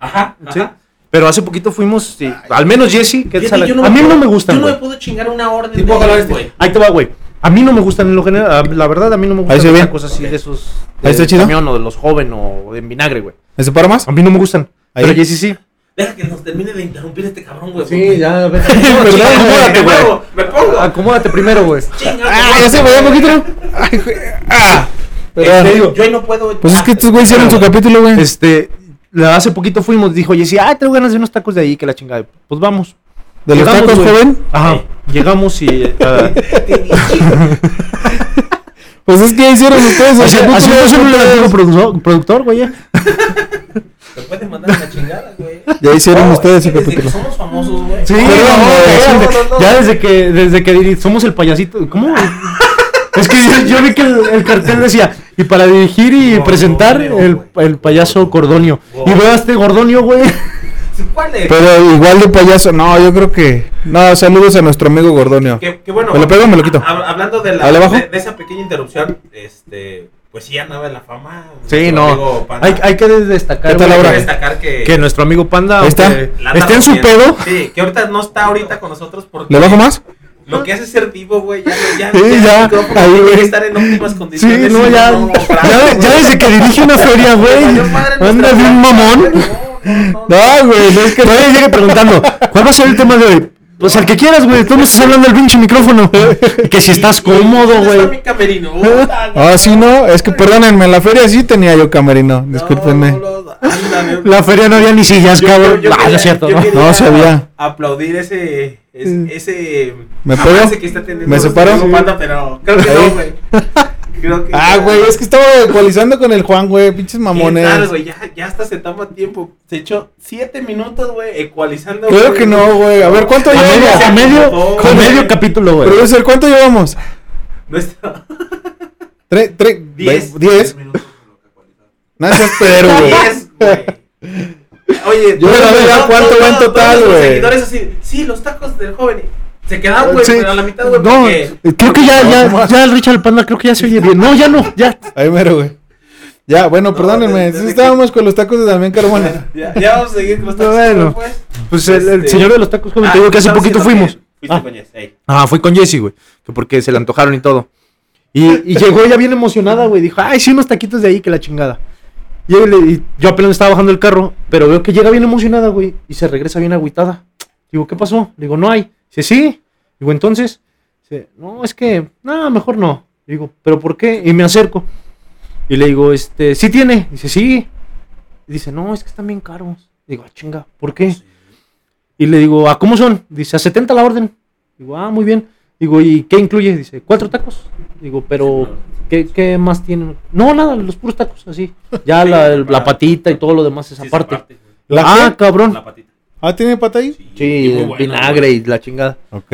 Ajá,
Sí.
ajá.
Pero hace poquito fuimos, sí, al menos Jesse, que es
Fíjate,
a la-
yo
a mí
puedo-
no me gustan,
Yo no
güey.
me puedo chingar una orden
Tipo este.
de
jalones,
ellos, güey.
Ahí te va, güey. A mí no me gustan en lo general, a- la verdad a mí no me
Ahí
gustan
se ve.
las cosas así de esos de
Ahí está chido.
camión o de los jóvenes o en vinagre, güey.
¿Ese para más?
A mí no me gustan.
Ahí.
Pero Jesse sí.
Deja que nos termine de interrumpir este cabrón, güey.
Sí, ya,
Acomódate,
acomódate,
güey.
güey.
Me pongo.
Acomódate primero, güey.
Chinga,
Ah, ya
güey.
se veía poquito. Ay, güey. Ah. Perdón.
Este, Yo ahí no puedo.
Pues es que estos güeyes hicieron su capítulo, güey.
Este, la- hace poquito fuimos, dijo Jesse, ah, tengo ganas de unos tacos de ahí, que la chingada. Pues vamos.
De los
Llegamos,
tacos,
güey.
joven.
Ajá. Llegamos y eh, ah,
Pues es que hicieron ustedes.
así-
el capítulo,
así no son el
ustedes.
antiguo productor, productor, güey. eh.
Te pueden mandar a la chingada, güey.
Ya hicieron
No,
ustedes
es que
su
desde
capítulo.
que Somos famosos, güey.
Sí,
Perdón,
no,
güey,
ya, ya desde que desde que diri- somos el payasito, ¿cómo? es que yo, yo vi que el, el cartel decía y para dirigir y
Gordonio,
presentar el,
güey.
el payaso Gordonio. Y
Gordonio.
veo a este Gordonio, güey.
¿Cuál es?
Pero igual de payaso, no, yo creo que. No, saludos a nuestro amigo Gordonio.
Que, que bueno.
¿Me lo pego o me lo quito?
hab- hablando de, la,
¿Ah, le bajo?
de, de esa pequeña interrupción, este, pues sí andaba en la fama.
Sí,
nuestro
no.
amigo Panda.
Hay, hay que destacar
¿Qué tal
güey,
ahora?
Cabe
que,
destacar que,
que nuestro amigo Panda
Ahí está.
aunque
la
está,
anda
en su
rompiendo.
pedo.
Sí, que ahorita no está ahorita con nosotros porque
¿Le bajo más?
lo que hace es ser vivo, güey. Ya, ya,
Sí, ya,
el micrófono
ahí,
tiene que
güey.
estar en óptimas
Sí,
condiciones.
no,
y
ya.
bravo,
Ya, ya
güey.
desde que dirige una feria, güey.
Valió madre nuestra
Anda bien
plática,
mamón.
güey. No, no, no.
No, güey, no es que.
Todavía llegue preguntando, ¿cuál va a ser el tema de hoy? Pues al que quieras, güey. Tú me estás hablando al pinche micrófono. que si estás
¿Dónde
cómodo,
Está
güey.
mi camerino. Puta, güey.
Ah, sí, no, es que perdónenme, en la feria sí tenía yo camerino, discúlpenme.
No, no, ándame.
La feria no había ni sillas,
Yo-
cabrón.
yo- yo
Ah, no
quería-
es cierto,
yo
¿no?
quería
No, se había.
Aplaudir ese. es- ese
¿Me
avance
puedo?
que está teniendo
¿Me
nuestro
separo?
amigo Panda, pero creo que
Ahí.
no, güey. Creo que
Ah,
ya-
güey, es que estaba ecualizando con el Juan, güey, pinches
¿Qué tal,
mamones.
güey? Ya, ya hasta se toma tiempo. Se echó siete minutos, güey, ecualizando.
Creo
güey.
que no, güey. A ver, ¿cuánto
A medio, a
llevamos?
medio, a medio capítulo, güey.
Producer, ¿cuánto llevamos?
Nuestro-
Tre- tre-
Diez.
ve- Diez. No seas pedero, güey.
Pues,
Diez, güey. Oye,
Yo no sé ya cuánto va en total,
todos los
güey.
seguidores así, sí, los tacos del joven. Se quedaron, güey,
Sí.
pero a la mitad, güey.
No,
porque-
Creo que ya,
No,
ya,
más.
ya el Richard Panda creo que ya se oye bien. No, ya no, ya.
Ahí mero, güey. Ya, bueno,
No,
perdónenme.
desde
sí
que-
estábamos con los tacos de Damián Carmona.
Ya, ya vamos a seguir con los tacos.
Bueno.
pues.
Pues el, el
Este-
señor de los tacos, como te
Ah,
digo, que hace
estaba
poquito
diciendo
fuimos.
que Fuiste
Ah.
con Jess, ey.
Ah, fue con Jesse, güey. que Porque se le antojaron y todo. Y, y llegó ya bien emocionada, güey. Dijo, ay, sí, unos taquitos de ahí, que la chingada. Y, yo le- y yo apenas estaba bajando el carro, pero veo que llega bien emocionada, güey. Y se regresa bien agüitada. Digo, ¿qué pasó? Digo, no hay. Dice, sí. Digo, entonces. Dice, no, es que, no, mejor no. Digo, ¿pero por qué? Y me acerco. Y le digo, este, ¿sí tiene? Dice, sí. Y dice, no, es que están bien caros. Digo, ah, chinga, ¿por qué? Y le digo, ¿a cómo son? Dice, a 70 la orden. Digo, ah, muy bien. Digo, ¿y qué incluye? Dice, cuatro tacos. Digo, pero, ¿qué, qué más tienen? No, nada, los puros tacos, así. Ya la, la patita y todo lo demás es
Sí,
aparte.
aparte, güey.
¿La
ah,
qué?
cabrón.
La patita.
Ah, ¿tiene pata ahí?
Sí,
muy bueno,
vinagre y la chingada.
Ok.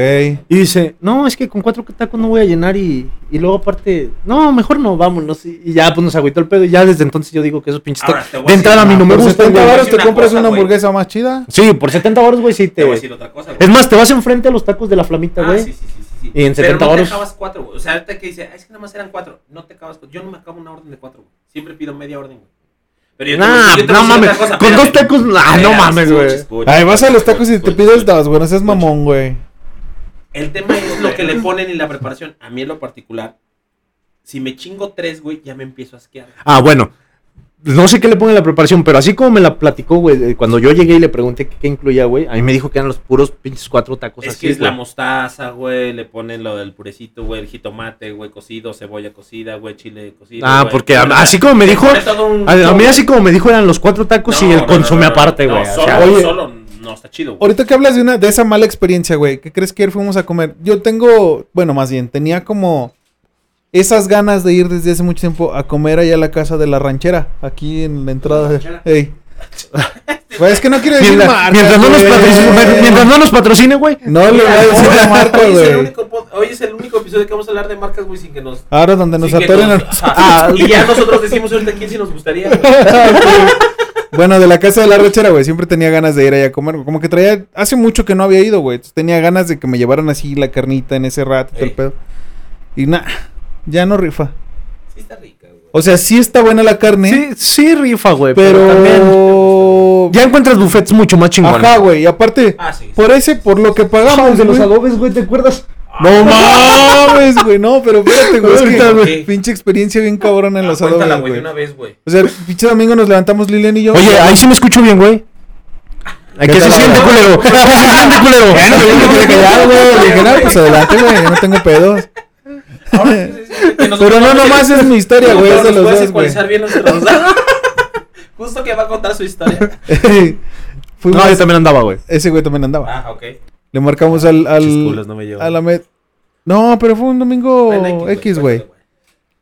Y dice, no, es que con cuatro tacos no voy a llenar y, y luego aparte, no, mejor no, vámonos. Y, y ya, pues nos agüitó el pedo. Y ya desde entonces yo digo que esos pinches
Ahora,
tacos.
te voy a
De
decir
entrada a mí
una
no me
Por
gustan,
70
güey.
baros
decir
te
una
compras
cosa,
una
güey.
hamburguesa más chida.
Sí, por 70 baros, güey, sí
Te
te...
voy a decir otra cosa, güey.
Es más, te vas enfrente a los tacos de la flamita,
Ah,
güey.
sí, sí, sí, sí, sí.
Y en 70
Pero no te
varos.
acabas cuatro, güey. O sea, ahorita que dice, "Ah, es que nada más eran cuatro. No te acabas cuatro. Yo no me acabo una orden de cuatro, güey. Siempre pido media orden, güey. Pero yo te voy-
Nah,
yo te voy a
no
decir
mames.
otra cosa,
Con dos
espérame.
tacos, ah, no
Espérame,
mames,
escucha,
güey.
escucha,
Ahí vas a los
escucha,
tacos y te
escucha,
pides
escucha.
dos. Bueno, ese es mamón, güey.
El tema es lo que le ponen y la preparación. A mí en lo particular, si me chingo tres, güey, ya me empiezo a asquear.
Ah, bueno. No sé qué le pone la preparación, pero así como me la platicó, güey, eh, cuando yo llegué y le pregunté qué, qué incluía, güey, a mí me dijo que eran los puros pinches cuatro tacos
es
Pues así,
que es la
güey.
mostaza, güey, le ponen lo del purecito, güey, el jitomate, güey, cocido, cebolla cocida, güey, chile cocido.
Ah,
güey.
porque a-
Bueno,
así como me
le
dijo,
pone todo un
a, a mí
show.
así como me dijo eran los cuatro tacos y
No,
el
no,
consume
no, no,
aparte,
no,
güey. o
solo,
sea,
oye.
solo no está chido, güey.
Ahorita que hablas de una de esa mala experiencia, güey, ¿qué crees que ayer fuimos a comer? Yo tengo, bueno, más bien, tenía como esas ganas de ir desde hace mucho tiempo a comer allá a la casa de la ranchera, aquí en la entrada. de- Ey. Güey, es que no quiero decir
mientras,
marcas,
mientras no nos
güey.
patrocine, mientras no nos patrocine, güey.
No le voy a decir
Hoy-
la marca,
hoy es el
güey.
único pod- Hoy es el único episodio que vamos a hablar de marcas, güey, sin que nos.
Ahora donde nos
sin que
atoren.
nos-
al-
Ajá, y ya nosotros decimos ahorita quién sí nos gustaría. güey.
Bueno, de la casa de la ranchera, güey, siempre tenía ganas de ir allá a comer. güey. Como que traía, hace mucho que no había ido, güey. entonces tenía ganas de que me llevaran así la carnita en ese rato, y todo el
Ey.
pedo. Y nada, ya no rifa.
Sí, está rica, güey.
O sea, sí está buena la carne,
Sí, sí rifa, güey, pero, también
pero...
ya encuentras buffets mucho más chingones.
Ajá, güey, y aparte,
Ah, sí. sí.
por ese, por lo que pagamos,
de los
güey.
adobes, güey, ¿te acuerdas?
No mames, güey, no, pero espérate, güey, es que
Ahorita,
güey.
pinche experiencia bien cabrona en
Ah,
los
cuéntala,
adobes,
güey, de
güey.
una vez, güey.
O sea, pinche domingo nos levantamos Lilian y yo.
Oye, ahí sí me escucho bien, güey. Ay,
¿Qué
que se
tal,
siente,
güey?
culero. ¿Qué se siente, culero?
Bueno, yo me quedé callado, güey. Le dije, no, pues adelante, güey, yo no tengo pedos.
Ahora sí, sí, sí, que nos-
Pero no nomás es mi historia, güey, es de
Nos
los
puedes
dos, güey.
ecualizar bien nuestros dos. Justo que va a contar su historia.
Fuimos-
No,
pues,
yo también andaba, güey.
Ese güey también andaba.
Ah, ok.
Le marcamos al... al
Chisculas, no me llevo.
a la met... No, pero fue un domingo
Bueno,
Oh, X, güey.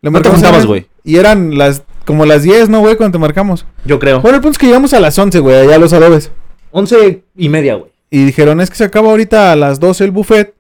Le
No te
marcamos a
juntabas,
la-
güey.
Y eran las como las 10, ¿no, güey? Cuando te marcamos.
Yo creo.
Bueno, el punto es que llegamos a las 11, güey, allá a los adobes.
Once y media, güey.
Y dijeron, es que se acaba ahorita a las 12 el buffet.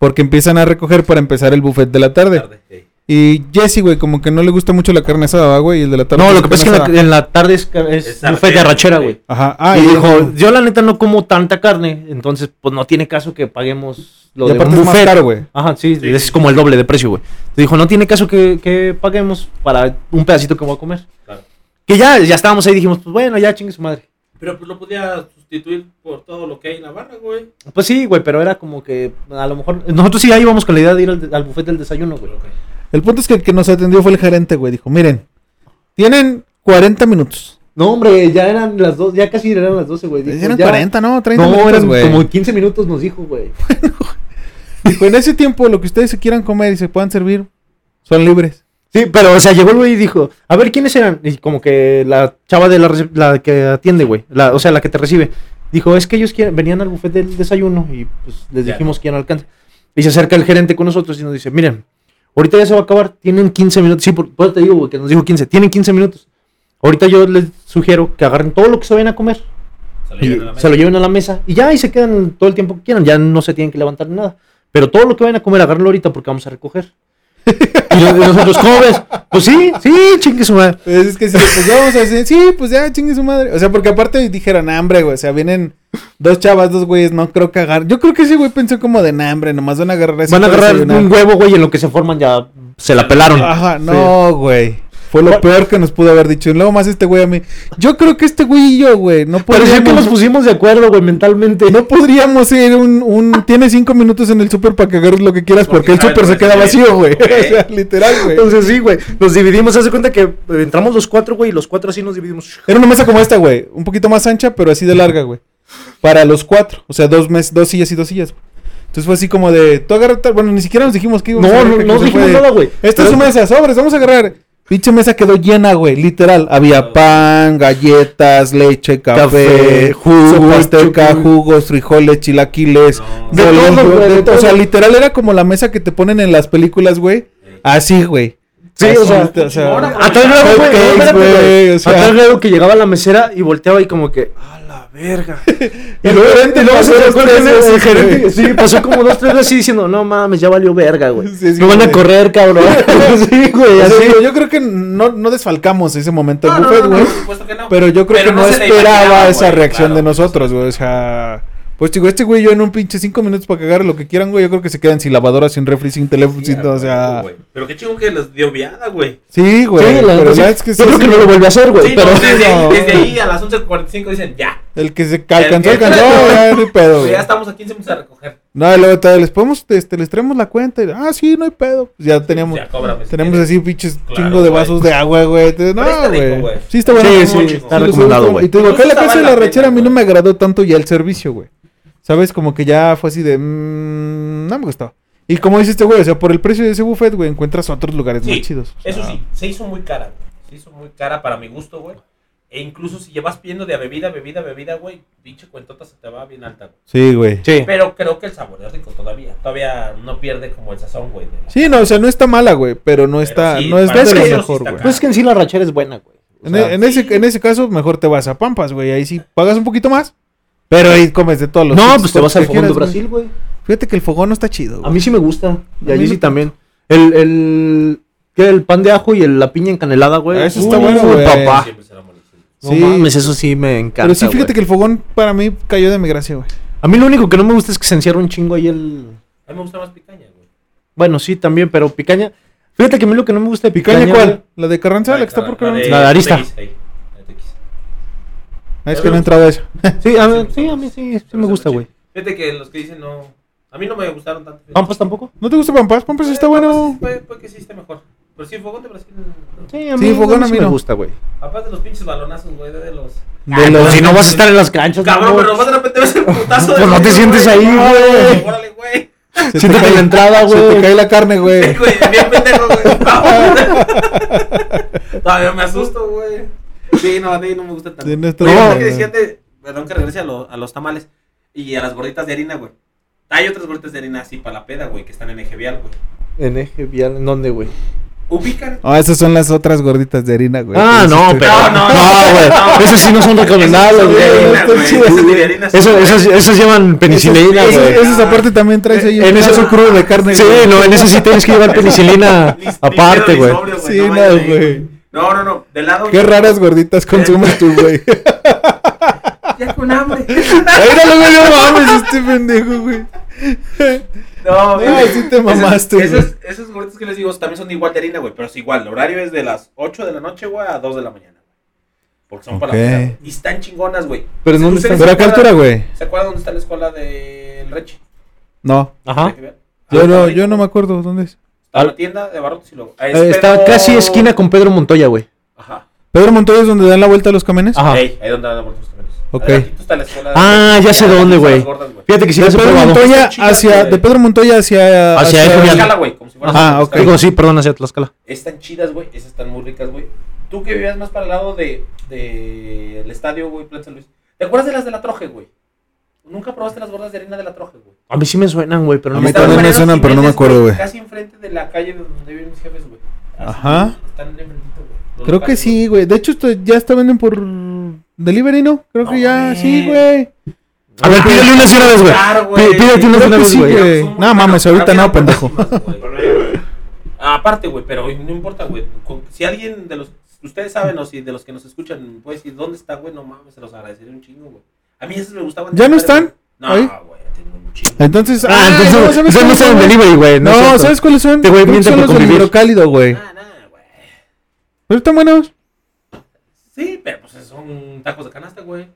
Porque empiezan a recoger para empezar el buffet de la tarde.
Tarde, sí.
Y Jesse, güey, como que no le gusta mucho la carne asada, ¿va, güey. Y el de la tarde.
No, lo que
carne
pasa es que en la,
asada.
en la tarde es, ca- es
Es
buffet de
sartén,
arrachera,
güey.
güey.
Ajá. Ah,
y
y
dijo, yo la neta no como tanta carne, entonces pues no tiene caso que paguemos lo
Y
de un
aparte es más
buffet.
caro, güey.
Ajá, sí,
Sí,
es
sí,
como el doble de precio, güey. Te dijo, no tiene caso que, que paguemos para un pedacito que voy a comer.
Claro.
Que ya, ya estábamos ahí, dijimos, pues bueno, ya chingue su madre.
Pero pues lo podía sustituir por todo lo que hay en la barra, güey.
Pues sí, güey, pero era como que a lo mejor. Nosotros sí ahí íbamos con la idea de ir al, al buffet del desayuno, güey.
Ok.
El punto es que el que nos atendió fue el gerente, güey. Dijo, miren, tienen 40 minutos.
No, hombre, ya eran las dos, ya casi eran las 12, güey. Dijo,
Pues Eran
ya-
40, ¿no? 30
No,
minutos,
eran
güey.
como 15 minutos, nos dijo, güey.
Dijo, en ese tiempo, lo que ustedes se quieran comer y se puedan servir, son libres.
Sí, pero, o sea, llegó el güey y dijo, a ver, ¿quiénes eran? Y como que la chava de la, rece- la que atiende, güey, la- o sea, la que te recibe, dijo, es que ellos quieren- venían al buffet del desayuno y pues les
Ya.
dijimos quién alcanza. Y se acerca el gerente con nosotros y nos dice, miren, ahorita ya se va a acabar, tienen 15 minutos, sí, por, por eso te digo, güey, que nos dijo 15, tienen 15 minutos. Ahorita yo les sugiero que agarren todo lo que se vayan a comer,
Se lo
y
llevan a la
se lo lleven a la mesa y ya ahí se quedan todo el tiempo que quieran, ya no se tienen que levantar ni nada. Pero todo lo que vayan a comer, agárrenlo ahorita porque vamos a recoger. y los- y nosotros, ¿cómo ves? Pues sí, sí, chingue su madre.
Pues es que sí, pues ya vamos a decir, sí, pues ya chingue su madre. O sea, porque aparte dijeron, "Nah, hombre, güey. O sea, vienen dos chavas, dos güeyes, no creo que agarren. Yo creo que ese güey pensó como de, nah, hombre, nomás van a agarrar eso
Van a
para
agarrar
desayunar".
un huevo, güey, y en lo que se forman ya se la pelaron.
Ajá, no, güey. Fue lo peor que nos pudo haber dicho. Y luego más este güey a mí. Yo creo que este güey y yo, güey, no
Pero pues ya pues, que nos
podríamos,
pusimos de acuerdo, güey, mentalmente.
no podríamos ir un, un... Tienes cinco minutos en el súper para que agarres lo que quieras porque,
Porque
el
saben
súper
lo
se
que
queda
tiene.
vacío, güey.
Ok.
O sea, literal, güey.
Entonces sí, güey, nos dividimos, hace cuenta que eh, entramos los cuatro, güey, y los cuatro así nos dividimos.
Era una mesa como esta, güey. Un poquito más ancha, pero así de larga, güey. Para los cuatro. O sea, dos, mes, dos sillas y dos sillas. Entonces fue así como de... Tú agarras tal... Bueno, ni siquiera nos dijimos que
No,
íbamos a
no,
agarrar,
no,
que se
dijimos
fue de-
nada, güey.
Esta
Pero-
es su mesa, sobres, vamos a agarrar. Pinche mesa quedó llena, güey, literal. Había pan, galletas, leche, café,
Café, jugos,
sopa azteca,
chucu-
jugos, frijoles, chilaquiles.
No.
De
bolos,
todo,
güey,
güey,
de
de
todo. O sea,
todo.
literal era como la mesa que te ponen en las películas, güey. Así, güey.
Sí,
Así,
o sea,
o sea,
ahora,
A tal grado, güey,
Hotcakes,
espérate,
güey,
güey,
o
a
sea.
tal grado que llegaba a la mesera y volteaba y como que, a la
verga.
Y luego, y luego se
Pasó
sacó
dos,
el
tres
gerente, el
veces,
gerente.
güey.
Sí, pasó como dos, tres veces así diciendo, no mames, ya valió verga, güey.
Sí, sí,
Me van a
güey.
correr, cabrón. sí, güey,
O sea,
así.
digo, yo creo que no, no desfalcamos ese momento del
No, no,
buffet,
no, no,
güey.
por supuesto que no.
Pero yo creo
Pero
que
no
no,
se le imaginaba,
esperaba esa
güey,
reacción
claro.
de nosotros, güey. O sea, pues digo, este güey, yo en un pinche cinco minutos para cagar lo que quieran, güey. Yo creo que se quedan sin lavadora, sin refri, sin teléfono, sin- o sea.
güey. Pero qué chingo que les dio viada, güey.
Sí, güey.
Sí, la-
pero
sí.
la es que
yo creo
sí,
que no lo vuelve a hacer, güey.
Sí,
pero pues
no, desde, ahí-
no.
desde ahí a las 11.45 dicen ya.
El que se
El-
alcanzó,
el-
alcanzó, ya, no hay pedo.
Pues
güey.
ya estamos a 15 minutos a recoger.
No, y luego todavía les podemos, este, les traemos la cuenta. y, ah, sí, no hay pedo. Pues ya teníamos,
Ya cóbrame. si
tenemos
quieres.
así pinches
Claro,
chingo de
güey.
vasos de agua, güey. Entonces,
Pero está
No,
rico,
güey.
güey.
Sí, está bueno.
Sí,
Muy
sí,
chingón.
está
Sí, les
recomendado,
gusta.
güey.
Y te digo, acá en la
Incluso
casa de
vale
la
la
rechera a mí
pena,
no me
güey.
agradó tanto ya el servicio, güey. ¿Sabes? Como que ya fue así de, mm, no me gustó. Y como dices este güey, o sea, por el precio de ese buffet, güey, encuentras otros lugares
Sí,
más chidos.
Eso
Ah.
sí, se hizo muy cara, güey. Se hizo muy cara para mi gusto, güey. E incluso si llevas pidiendo de a bebida, bebida, bebida, güey, pinche cuentota se te va bien alta, güey.
Sí, güey.
Sí.
Pero creo que el sabor es rico todavía. Todavía no pierde como el sazón, güey. de la-
Sí, no, o sea, no está mala, güey, pero no está,
sí,
no es
para
de lo
eso sí
mejor,
está
güey.
caro.
Pues es que en sí la rachera es buena, güey. O
En, e,
sea,
en ese, en ese caso, mejor te vas a Pampas, güey. Ahí sí pagas un poquito más. Pero ahí comes de todos los.
no,
pinches
pues te vas
que
al fogón de
quieras,
Brasil, güey.
güey. Fíjate que el fogón no está chido.
A mí sí me gusta. Y
A mí
allí
me-
sí también. El, el, ¿qué? el pan de ajo y el- la piña encanelada, güey.
Ah, Eso está
Uy,
bueno, güey.
papá.
Siempre será molestia.
No
Sí.
mames, eso sí me encanta.
Pero sí, fíjate
güey.
que el fogón para mí cayó de mi gracia, güey.
A mí lo único que no me gusta es que se encierra un chingo ahí el.
A mí me gusta más picaña, güey.
Bueno, sí, también, pero picaña. Fíjate que a mí lo que no me gusta de picaña.
¿Picaña cuál?
güey,
¿La de Carranza? ¿La que está por Carranza?
La de Arista.
TX, ahí. La de TX.
Ah, es que no he entrado a eso.
Sí, a
Sí,
mí sí,
me gusta
a mí
más.
sí, sí
Pero
me
se
gusta,
me
güey. Ah,
Fíjate que los que dicen no. A mí no me gustaron tanto. fíjate.
¿Pampas tampoco?
¿No te gusta Pampas?
pues,
Pampas está bueno.
Puede, puede que sí esté mejor. Pero sí, el Fogón de Brasil. no.
Sí, a
Sí,
mí,
fogón a
sí
mí
me
no.
gusta, güey.
Aparte de los pinches balonazos, güey, de los.
De los- Ah, si no vas a estar en las canchas, Pues,
Cabrón,
no,
pero nomás de repente ves el putazo.
Pues no te
güey,
sientes ahí, güey.
Órale, güey.
Se te
Siéntate en la
cae-
entrada,
se te
güey.
cae la carne, güey.
Güey, bien pendejo, güey. No, Todavía me asusto, güey. Sí, no, a mí no me gusta tanto.
Sí, no está
Oye,
bien,
ahorita que
güey.
decían de- Perdón que regrese a, lo- a los tamales y a las gorditas de harina, güey. Hay otras gorditas de harina así para la peda, güey, que están en eje vial, güey.
En eje vial, ¿en dónde, güey?
Ubican.
Ah, esas son las otras gorditas de harina, güey.
Ah,
Entonces,
no,
este-
pero.
No,
No,
no,
güey.
no.
Esos sí no son
Ah,
recomendables,
Esos son de
güey.
harina,
Están
güey,
chidas.
esos de harina son-
Eso- Esos esos llevan penicilina,
Esas-
güey.
Esas aparte también traes ahí
En
un
eso-
pedazo crudo de carne.
Sí,
güey.
no, en eso sí tienes que llevar penicilina
Ni- ni pedo,
aparte,
ni
güey.
sobrio,
Sí,
no
no,
vayan ahí,
güey.
No, no, no. De lado.
Qué raras gorditas consumes tú, güey.
Ya con hambre.
Ahí no güey, no mames, este pendejo, güey.
No,
Ah, sí te mamaste, güey.
Esos, esos gorditos que les digo también son igual de harina, güey. Pero es igual. El horario es de las 8 de la noche, güey, a 2 de la mañana. güey. Porque son para
Ok.
la peda, güey. Y están chingonas, güey.
Pero ¿en dónde
Ustedes
están?
¿Pero a qué
se acuerdan-
altura, güey?
¿Se acuerdan dónde está la escuela del Reche?
No.
Ajá.
Yo no, yo no me acuerdo dónde es.
A la tienda de barrotes y luego. Ah, es
Eh, Está
Pedro-
casi esquina con Pedro Montoya, güey.
Ajá.
Pedro Montoya es donde dan la vuelta a los camiones.
Ajá.
Ey, ahí donde andan los camiones.
Ok.
Adelantito está la escuela.
Ah, ya sé
Adelantito
dónde,
están
güey.
las gordas, güey.
Fíjate que sí
de
las he
Pedro
probado.
Montoya
Están chidas,
hacia,
güey.
de Pedro Montoya hacia,
Hacia
Como
eso,
si
ya.
fuera, güey, como si fuera
Ajá,
Tlaxcala.
Digo, sí, perdón, hacia Tlaxcala.
Están chidas, güey. Esas están muy ricas, güey. Tú que vivías más para el lado de, de el estadio, güey, Plaza San Luis. ¿Te acuerdas de las de la Troje, güey? Nunca probaste las gordas de harina de la Troje, güey.
A mí sí me suenan, güey,
A
pero no
mí
me
Están
también
acuerdo.
me
Mariano
suenan, pero no me
Jiménez,
acuerdo, güey.
Casi enfrente de la calle de donde viven mis jefes, güey. Así,
Ajá.
Están enfrentito, güey. Los
Creo que
locales,
sí,
güey.
güey. De hecho, esto ya está venden por delivery, ¿no? Creo que
No,
ya,
güey.
sí, güey.
A ver, pídele una sí una vez, güey.
Claro,
Pí- Pídete unas
Creo que
una vez,
sí,
güey.
güey.
Son muy
No, mames,
buenas,
ahorita
rápido,
no, pendejo.
buenísimas, güey. Ah, Aparte, güey, pero no importa, güey. Con- Si alguien de los. Ustedes saben, o si de los que nos escuchan, puede decir dónde está, güey, no mames, se los agradeceré un chingo, güey. A mí esas me gustaban.
¿Ya no
madre,
están?
güey. No,
¿Ahí?
güey, tengo un chingo.
Entonces,
Ah,
¿sabes
entonces, entonces no
cuáles
saben
son, güey?
delivery, güey.
No,
es cierto.
¿sabes cuáles son?
Te voy
Creo que
mienten
son
por
los del
convivir.
hidrocálido, güey.
Ah, nada, güey.
Pero están buenos.
Sí, pero pues son tacos de canasta, güey.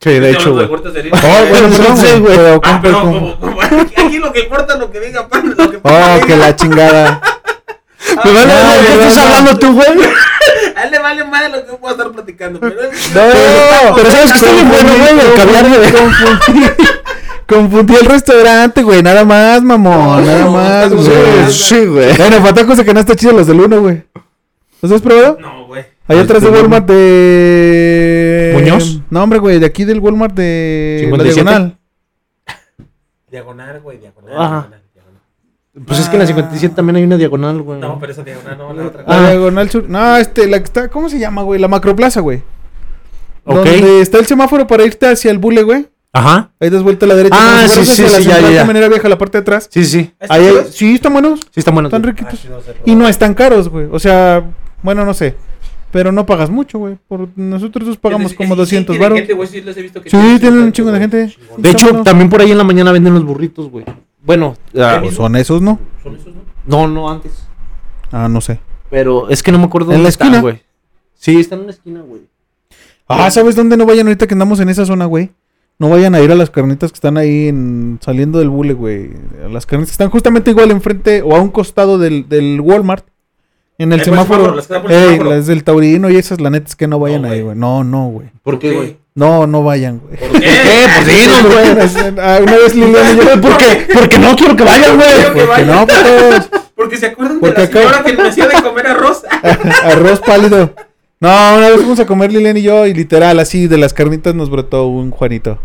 Sí, de hecho, güey.
Oh, bueno, perdón,
Sí,
güey.
güey.
Pero
Ah,
compras
pero
con-
como- como- aquí lo que importa es lo que diga, pan, lo que
Oh, que la chingada.
Me vale,
Ah,
güey, ¿qué
güey,
estás
no.
hablando tú, güey?
A él le vale más lo que pueda estar platicando, pero él-
No,
Pero sabes que está bien bueno, güey, el caviar, güey.
Confundí, confundí el restaurante, güey. Nada más, mamón. Nada
no,
más,
tacos
güey.
de canasta.
Sí, güey.
Bueno, para tacos de canasta chidos los del uno, güey. ¿Los has probado?
No, güey.
Allá atrás de
Este,
Walmart de.
¿Muñoz?
No, hombre, güey. De aquí del Walmart de. La
57.
Diagonal.
Diagonal, güey, diagonal.
Ajá.
diagonal, diagonal.
Pues es que en la 57 también hay una diagonal, güey.
No, pero esa
Ah.
diagonal no, la otra.
La Diagonal Sur. No, este, la que está. ¿Cómo se llama, güey? La Macroplaza, güey.
Ok.
Donde está el semáforo para irte hacia el bule, güey.
Ajá.
Ahí das vuelta a la derecha.
Ah,
como si
sí,
fueras hacia
sí, sí,
la
ya,
central
ya, ya.
Caminera vieja, la parte de atrás.
Sí, sí.
Ahí, sí, están buenos.
Sí, están buenos.
Están
Ah, güey.
riquitos.
no sé,
Y no están caros, güey. O sea, bueno, no sé. Pero no pagas mucho, güey. Por nosotros dos pagamos
Es-
como
es-
200
tienen
baros.
gente, güey, sí los he visto que
Sí, tienen un chingo de gente.
Chingón.
De hecho,
Está bueno.
también por ahí en la mañana venden los burritos, güey. Bueno, ah,
Ah, son esos, ¿no?
Son esos, ¿no?
no, no antes.
Ah, no sé.
Pero es que no me acuerdo
En la
están,
esquina.
güey. Sí, están en una esquina, güey.
Ah, ¿sabes dónde no vayan ahorita que andamos en esa zona, güey? No vayan a ir a las carnitas que están ahí en- saliendo del bule, güey. A Las carnitas están justamente igual enfrente o a un costado del, del Walmart. En el
Ahí por el
semáforo.
semáforo, las que están por el
Ey,
semáforo.
las del Taurino y esas, la neta es que no vayan
No,
ahí,
güey.
güey. No, no, güey.
¿Por qué, güey?
No, no vayan, güey.
¿Por
Eh.
qué?
Pues sí, no, güey.
Ah, Una vez Liliana y yo,
¿Por qué? Porque no quiero que vayan,
Quiero que
güey.
porque
vayan.
no, pues,
Porque se acuerdan
Porque
de la
acá-
señora que me hacía de comer arroz.
arroz pálido. No, una vez fuimos a comer Liliana y yo y literal, así de las carnitas nos brotó un Juanito.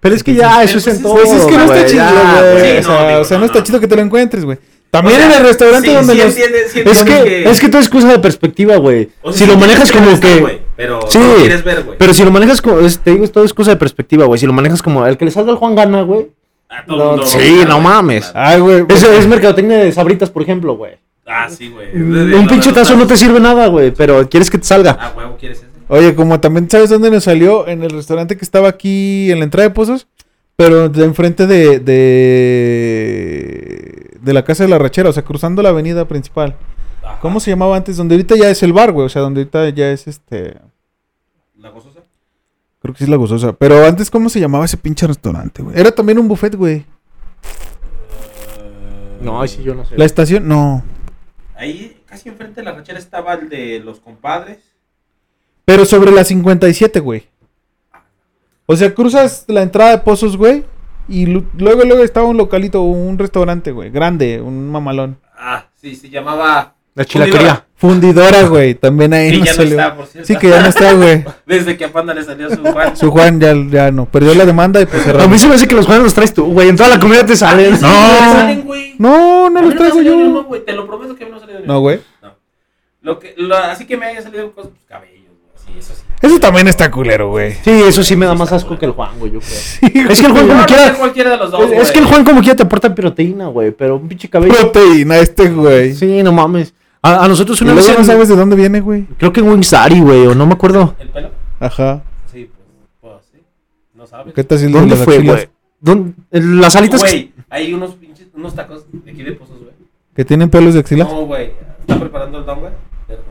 Pero es que ya, eso es en todo.
Pues
Pues es que no está
güey,
chido,
ya,
güey.
Sí,
o
no,
sea,
amigo,
o sea, no,
no,
está
no.
chido que te lo encuentres, güey. También
O sea,
en el restaurante
sí,
donde
sí
los-
entiende- sí
Es
entiende
que, es que todo es cosa de perspectiva, güey.
o sea,
si
sí
lo
entiende
manejas como
está,
que.
güey, Pero
Sí.
no quieres ver, güey.
Pero si lo manejas como. es- te digo, es todo es cosa de perspectiva, güey. Si lo manejas como. El que le salga al Juan gana, güey.
A todo
No,
mundo,
sí,
güey,
no
güey,
mames.
claro.
Ay, güey.
Es, es mercadotecnia de sabritas, por ejemplo, güey.
Ah, sí, güey.
Un pinche tazo no te sirve nada, güey. Pero quieres que te salga.
Ah, huevo, quieres ese.
Oye, como también sabes dónde nos salió en el restaurante que estaba aquí en la entrada de Pozos, pero de enfrente de de de la casa de la Rachera, o sea, cruzando la avenida principal.
Ajá.
¿Cómo se llamaba antes? Donde ahorita ya es el bar, güey, o sea, donde ahorita ya es este
¿La gozosa?
creo que sí es la gozosa, pero antes cómo se llamaba ese pinche restaurante, güey? Era también un buffet, güey.
No, ay, sí, yo no sé.
La estación, no.
Ahí, casi enfrente de la rachera estaba el de los compadres.
Pero sobre la 57, güey. O sea, cruzas la entrada de Pozos, güey. Y lu- luego, luego estaba un localito, un restaurante, güey. Grande, un mamalón.
Ah, sí, se llamaba.
La chilaquería.
Fundidora, güey. También ahí
Que
nos
ya no
salió.
está, por cierto.
sí, que ya no está, güey.
Desde que a Panda le salió su Juan.
Su Juan ya, ya no. Perdió la demanda y pues
A
cerramos.
mí se me hace que los Juanes los traes tú, güey. En toda la comida te salen.
No. salen, güey.
No, no
A mí
los
me
traigo
salió ni uno,
yo.
güey, Te lo prometo que a mí no salió ni uno.
No, güey.
No. Lo que, lo- así que me haya salido cosas, pues cabellos, güey. Sí, eso sí.
Eso también está culero, güey.
Sí, eso sí me da más asco que el Juan, güey, yo creo. es que el Juan como
No, no sé
quiera.
cualquiera de los dos.
Es, es
güey.
que el Juan como quiera te aporta proteína, güey. Pero un pinche cabello.
Proteína este, güey.
Sí, no mames. A, a nosotros
Y
una
luego
vez.
no
en-
sabes de dónde viene, güey.
Creo que en Wingsari, güey, o no me acuerdo.
¿El pelo?
Ajá.
Sí, pues, pues sí. No sabes.
¿Qué tal si
¿Dónde
las
fue,
axilas?
güey? ¿Dónde- en Las alitas. que-
Güey, hay unos pinches, unos tacos de aquí de pozos, güey.
¿Que tienen pelos de axila?
No, güey. ¿Está preparando el don, güey? Pero-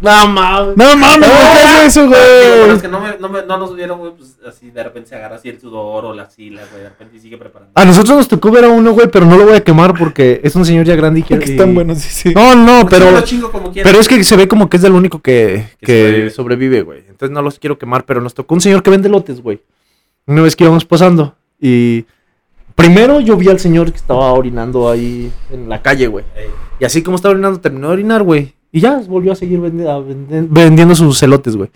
No mames.
No mames, ¿por qué haces eso,
Digo, bueno, es
güey?
que no, me, no, me, no nos vieron, güey, pues así de repente se agarra así el sudor o la axila, güey, de repente y sigue preparando.
A nosotros nos tocó ver a uno, güey, pero no lo voy a quemar porque es un señor ya grande y quiere.
Que
y-
están buenos, sí, sí.
No, no,
Yo
pero.
lo chingo como quiera.
Pero es que se ve como que es del único que,
Que
que
sobrevive.
sobrevive, güey. Entonces no los quiero quemar, pero nos tocó un señor que vende lotes, güey. Una vez que íbamos pasando. Y primero yo vi al señor que estaba orinando ahí en la calle, güey.
Ey,
Y así como estaba orinando, terminó de orinar, güey. Y ya volvió a seguir vendi- a vende- vendiendo sus celotes, güey.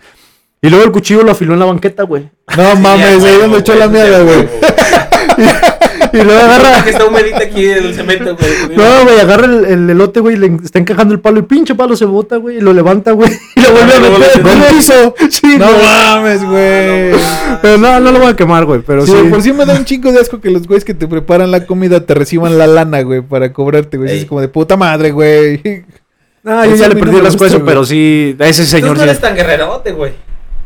Y luego el cuchillo lo afiló en la banqueta, güey.
No
ya,
mames,
güey,
ahí donde
güey,
echó la
ya,
mierda, güey.
Y luego
Ahorita
agarra.
que está humedita aquí el cemento, güey.
No, güey, agarra el, el elote, güey, y le está encajando el palo. El pinche palo se bota, güey, y lo levanta, güey. Y lo vuelve a
luego
meter.
lo
¿Cómo hizo? Sí,
No
güey.
mames, güey.
Pero no, no lo voy a quemar, güey, pero
Sí,
sí.
de por sí me da un chingo de asco que los güeyes que te preparan la comida te reciban la lana, güey, para cobrarte, güey. Es
Ey.
como de puta madre, güey.
Ah, yo
Eso
ya
Pues a
le
mí no
perdí
me
el asco a
gusta,
eso,
güey.
pero sí, a ese
Tú
señor sí.
no eres tan guerrerote, güey.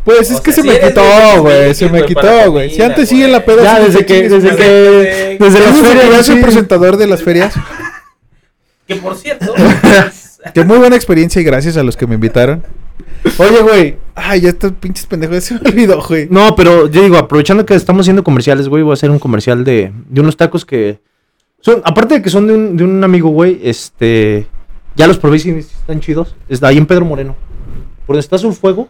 Pues es
O
que
sea,
se
sí
me
eres bien
quitó, güey. Se me
difícil
quitó,
preparar
güey. Si
comida,
antes sí en la
güey.
peda.
Ya,
sí,
desde que,
chingues,
desde
madre.
que,
güey.
desde
¿Ya
las
viste que
ferias,
hace el
sí.
presentador de las ferias.
Que por cierto,
Que muy buena experiencia y gracias a los que me invitaron. Oye, güey. Ay, ya estos pinches pendejos ya se me olvidó, güey.
No, pero yo digo, aprovechando que estamos haciendo comerciales, güey, voy a hacer un comercial de, de unos tacos que son, aparte de que son de un, de un amigo, güey, este, ya los probé y sí están chidos. Está ahí en Pedro Moreno. Por donde está su fuego,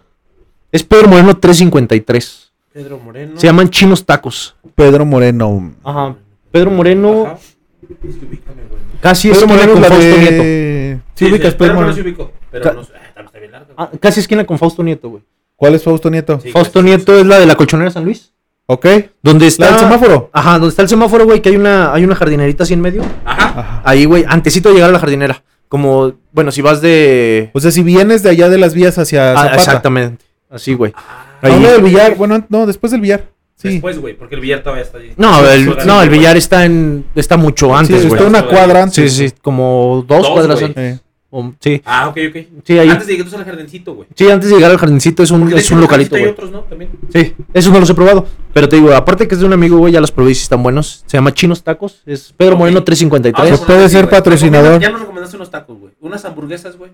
es Pedro Moreno 353.
Pedro Moreno.
Se llaman chinos tacos.
Pedro Moreno.
Ajá. Pedro Moreno,
Ajá. Es que ubícame, güey.
casi
Pedro
esquina
Moreno
con
la
Fausto Nieto.
de... Sí, ubicas Pedro
Moreno.
Moreno.
sí ubico,
Ca-
pero no sé. Ah, está- está bien largo.
Ah, casi esquina con Fausto Nieto, güey.
¿Cuál es Fausto Nieto?
Sí,
Fausto
casi-
Nieto es la de la colchonera San Luis.
Ok.
Donde está
¿La del semáforo?
Ajá, donde está el semáforo, güey, que hay una, hay una jardinerita así en medio.
Ajá.
Ajá.
Ahí, güey, antesito de llegar a la jardinera. Como, bueno, si vas de...
O sea, si vienes de allá de las vías hacia
Ah,
Pues, Zapata.
exactamente. Así, güey.
A una del billar, bueno, no, después del billar. Sí.
Después, güey, porque el billar todavía está allí.
No,
Sí,
el,
sí,
no, el
güey.
billar está en está mucho
Sí,
antes, güey.
está una cuadra antes.
Sí, sí, como dos,
Dos,
cuadras
güey.
antes.
Eh.
O- sí,
Ah, ok, ok.
sí, ahí.
Antes de llegar tú al jardincito, güey.
Sí, antes de llegar al jardincito es un,
Porque de
es
hecho,
un
en el
localito,
jardincito Hay
güey.
otros, ¿no? También.
Sí, esos no los he probado. Pero te digo, aparte que es de un amigo, güey, ya los probé y sí están buenos. Se llama Chinos Tacos. Es Pedro
Ok.
Moreno
Vamos a
353.
ponerlo
puede
así,
ser
Ah, pues, güey.
patrocinador.
Ya nos recomendaste unos tacos, güey. Unas hamburguesas, güey.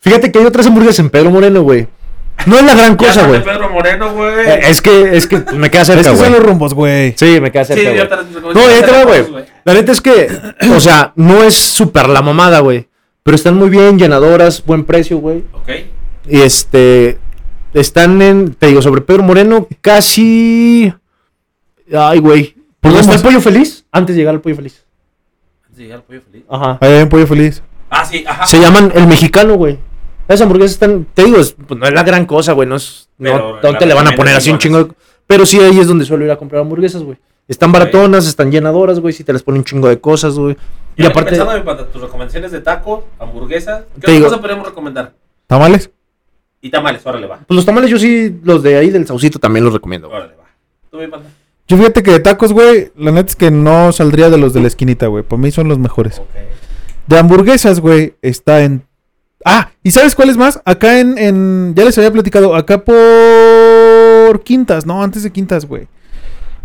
Fíjate que hay otras hamburguesas en Pedro Moreno, güey. No es la gran cosa,
Ya,
güey.
Pedro Moreno, güey.
Eh, Es que, es que me queda
Es
cerca,
que son
güey.
los rumbos, güey.
Sí, me queda cerca,
Sí,
güey.
ya te las
No,
ya
ahí te
te
va,
las
güey.
reconoces,
La neta es que, o sea, no es súper la mamada, güey. Pero están muy bien, llenadoras, buen precio, güey.
Ok.
Y este. Están en. Te digo, sobre Pedro Moreno, casi. Ay, güey. ¿Por dónde está el pollo feliz? Antes de llegar al pollo feliz.
Antes de llegar al pollo feliz.
Ajá.
Ahí hay un pollo feliz.
Ah, sí, ajá.
Se llaman el mexicano, güey. Esas hamburguesas están. Te digo, es- pues, no es la gran cosa, güey. No, es, no-
Pero
no te le van a poner así un chingo de. Pero sí, ahí es donde suelo ir a comprar hamburguesas, güey. Están baratonas, están llenadoras, güey. Si te les ponen un chingo de cosas, güey.
Y
Y aparte.
Pensando en cuanto a tus recomendaciones de tacos, hamburguesas, ¿qué
Te
otra
digo-
cosa podríamos recomendar?
¿Tamales?
Y tamales, órale va.
Pues los tamales yo sí, los de ahí del Saucito también los recomiendo. güey.
Órale va. Tú, mi panda.
Yo fíjate que de tacos, güey, la neta es que no saldría de los de la esquinita, güey. Para mí son los mejores.
Ok.
De hamburguesas, güey, está en... Ah, ¿y sabes cuál es más? Acá en, en... Ya les había platicado. Acá por... Quintas, no, antes de Quintas, güey.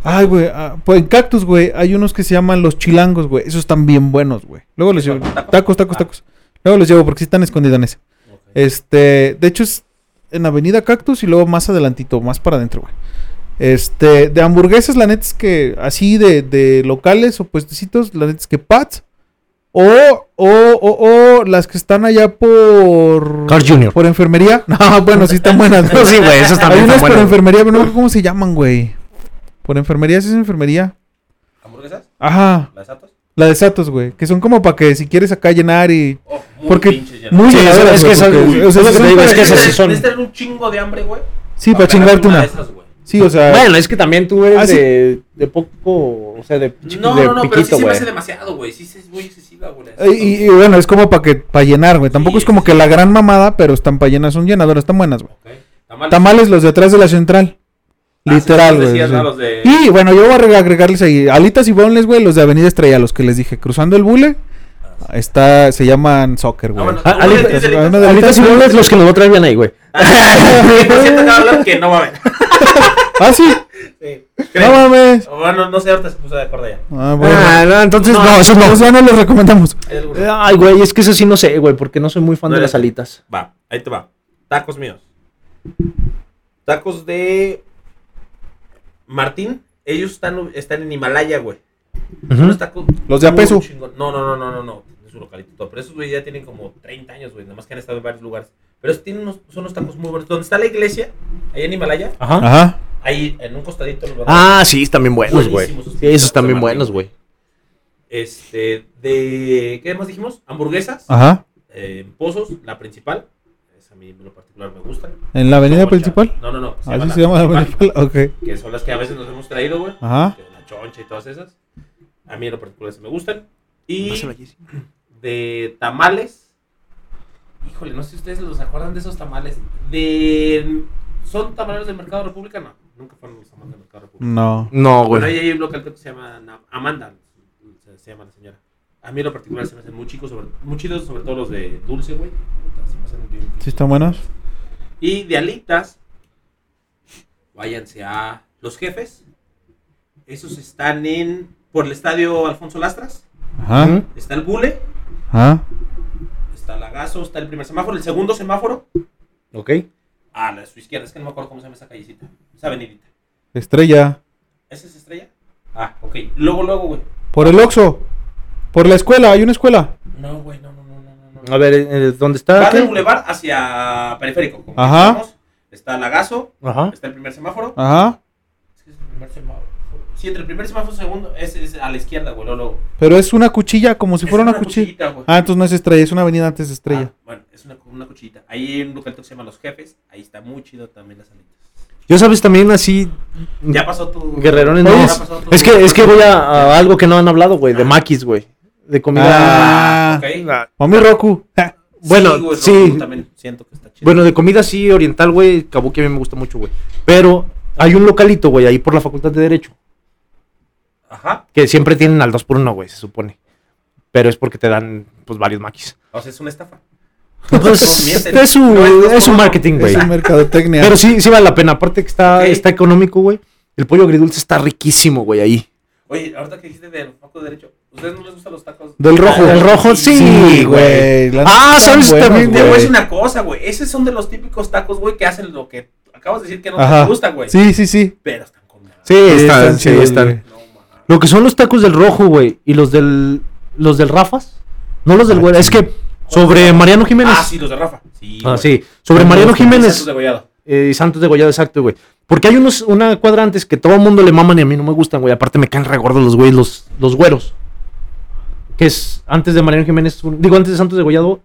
Ay, güey. ah, pues en Cactus, güey, hay unos que se llaman los chilangos, güey. Esos están bien buenos, güey. Luego les llevo... Tacos, tacos, tacos. Luego los llevo porque sí están escondidanes. Este, de hecho es en Avenida Cactus y luego más adelantito, más para adentro, güey. Este, de hamburguesas, la neta es que así de, de locales o puestecitos, la neta es que Pats o, o, o, o las que están allá por...
Carl Jr..
Por enfermería. No, bueno, sí están buenas.
No,
güey.
sí, güey, esas
Hay
también
unas por
están buenas. güey.
enfermería, pero no, me acuerdo ¿cómo se llaman, güey? Por enfermería, sí es enfermería.
¿Hamburguesas?
Ajá,
¿Las atos?
la de Satos, güey. Que son como para que si quieres acá llenar y...
Oh, muy
Porque
pinches llenas.
muy
Sí,
llenaderas,
es que
güey,
son-
porque-
uy,
o sea,
es lo que
son
te digo, es
para-
que esas sí
Necesitas-
son-
necesitas un chingo de hambre, güey.
Sí, para
para
chingarte
pegarte
una.
de esas, güey.
Sí, o sea.
Bueno, es que también tú eres
Ah, sí.
de, de poco, o sea, de, chiqui-
No,
de
no, no, pero sí
piquito,
se me
güey.
hace demasiado, güey. Sí, sí es muy excesiva, güey.
eh, Y, y bueno, es como para que para llenar, güey. Tampoco
Sí,
es como
sí,
que la gran mamada, pero están para llenar, son llenadoras, están buenas, güey.
Ok. Tamales.
Tamales los de atrás de la central.
Ah, sí,
Literal,
sí,
güey.
decías,
sí.
¿no? Los de-
Y bueno, yo voy a agregar- agregarles ahí alitas y bonles, güey, los de Avenida Estrella, los que les dije, cruzando el bule. Está se llaman soccer,
Ah,
güey.
bueno,
Ah,
¿tú
Ali-
le dices
Ah,
alitas?
no, de-
Alitas y bolas los que nos lo traen bien ahí, güey.
Ah, por cierto, acabo de hablar que no va a haber.
Ah, sí.
Sí.
No mames.
Bueno, no sé, ahorita se puso de acuerdo ya.
Ah, bueno.
Ah, no, entonces no, eso
Esos no, esos no los recomendamos.
Hay algunos.
no. Ay, güey, es que eso sí no sé, güey, porque no soy muy fan
No
de
eres-
las alitas.
Va, ahí te va. Tacos míos. Tacos de Martín. Ellos están, están en Himalaya, güey. Unos tacos
Los de a
muy
peso.
chingón- No, no, no, no, no, no. Es un localito. y todo, Pero esos güey ya tienen como 30 años, güey. Nada más que han estado en varios lugares. Pero esos tienen unos, son unos tacos muy buenos. Donde está la iglesia, ahí en Himalaya,
Ajá.
Ajá.
ahí en un costadito los van a-
Ah, sí, están bien buenos, güey.
Buenísimos esos
Sí, esos están
de
bien
Martín.
buenos, güey.
Este, de. ¿Qué más dijimos? Hamburguesas,
Ajá.
eh, pozos, la principal. Esa a mí en lo particular me gusta.
En la avenida
Choncha.
principal.
No, no, no.
Así se llama la principal. Ah. Ok.
Que son las que a veces nos hemos traído, güey.
Ajá.
que La choncha y todas esas. A mí en lo particular se me gustan. Y de tamales. Híjole, no sé si ustedes los acuerdan de esos tamales. De... ¿Son tamales del Mercado República? No, nunca fueron los tamales del Mercado República.
No.
No,
Bueno,
güey.
ahí hay un local que se llama Na- Amanda. Se, se llama la señora. A mí en lo particular se me hacen muy chicos, sobre, muy chidos, sobre todo los de dulce, güey. Puta, se me hacen bien
Sí están buenos.
y de alitas, váyanse a los jefes. Esos están en. Por el estadio Alfonso Lastras.
Ajá.
Está el Bule,
Ajá.
está Lagazo, está el primer semáforo, el segundo semáforo.
Ok.
A la su izquierda, es que no me acuerdo cómo se llama esa callecita. Esa avenidita.
Estrella.
¿Esa es estrella? Ah, ok. Luego, luego, güey.
Por el Oxxo. Por la escuela. Hay una escuela.
No, güey, no, no, no, no, no, no.
A ver, eh, ¿dónde
Va
está? qué?
del Boulevard hacia Periférico. como
Ajá.
digamos. Está Lagazo,
Ajá.
está el primer semáforo.
Ajá.
Es que es el primer semáforo. Sí, entre el primer semáforo y el segundo es, es a la izquierda, güey, luego, luego.
Pero es una cuchilla, como si fuera
Es
una, cuchilla.
cuchillita, güey.
Ah, entonces no es estrella, es una avenida antes de estrella.
Ah, bueno, es una, una cuchillita. Ahí hay un localito que se llama Los Jefes. Ahí está muy chido también las alitas.
Yo sabes también así,
Ya pasó tu.
guerrerones,
Ya
no.
pasó tu-
Es que, es que voy a, a
Ah.
algo que no han hablado, güey, de maquis, güey. De comida.
Ah,
Ok.
Mami Roku. Ja.
Bueno,
güey, no,
sí.
yo también siento que está chido.
Bueno, de comida sí, oriental, güey, kabuki a mí me gusta mucho, güey. Pero hay un localito, güey, ahí por la Facultad de Derecho,
Ajá.
que siempre tienen al 2 por 1 güey, se supone. Pero es porque te dan, pues, varios maquis.
O sea, es una estafa.
Pues,
Mienten.
es su,
No, es dos
es su
por uno.
marketing, güey.
Es un mercadotecnia.
Pero sí, sí vale la pena. Aparte que está,
Ok.
está económico, güey. El pollo agridulce está riquísimo, güey, ahí.
Oye, ahorita que dijiste del taco derecho, ¿ustedes no les gustan los tacos?
Del rojo.
El rojo, sí, güey.
La-
Ah, ¿sabes
buenos,
también,
Te voy a
güey.
decir una cosa, güey. Esos son de los típicos tacos, güey, que hacen lo que acabas de decir que no
Ajá.
te gusta, güey.
Sí, sí, sí.
Pero están con madre.
Sí, están,
están
sí,
chidos,
están.
güey.
No mames.
Lo que son los tacos del rojo, güey, y los del los del Rafas, no los del güey, es que sobre Mariano Jiménez.
Ah, sí, los de Rafa. Sí.
Ah,
güey.
sí, sobre Mariano Jiménez
Santos de Gollado.
eh, y Santos de Gollado, exacto, güey. Porque hay unos una cuadra antes que todo el mundo le maman y a mí no me gustan, güey. Aparte me caen regordos los güeyes, los los güeros. Que es antes de Mariano Jiménez, un- digo antes de Santos de Gollado.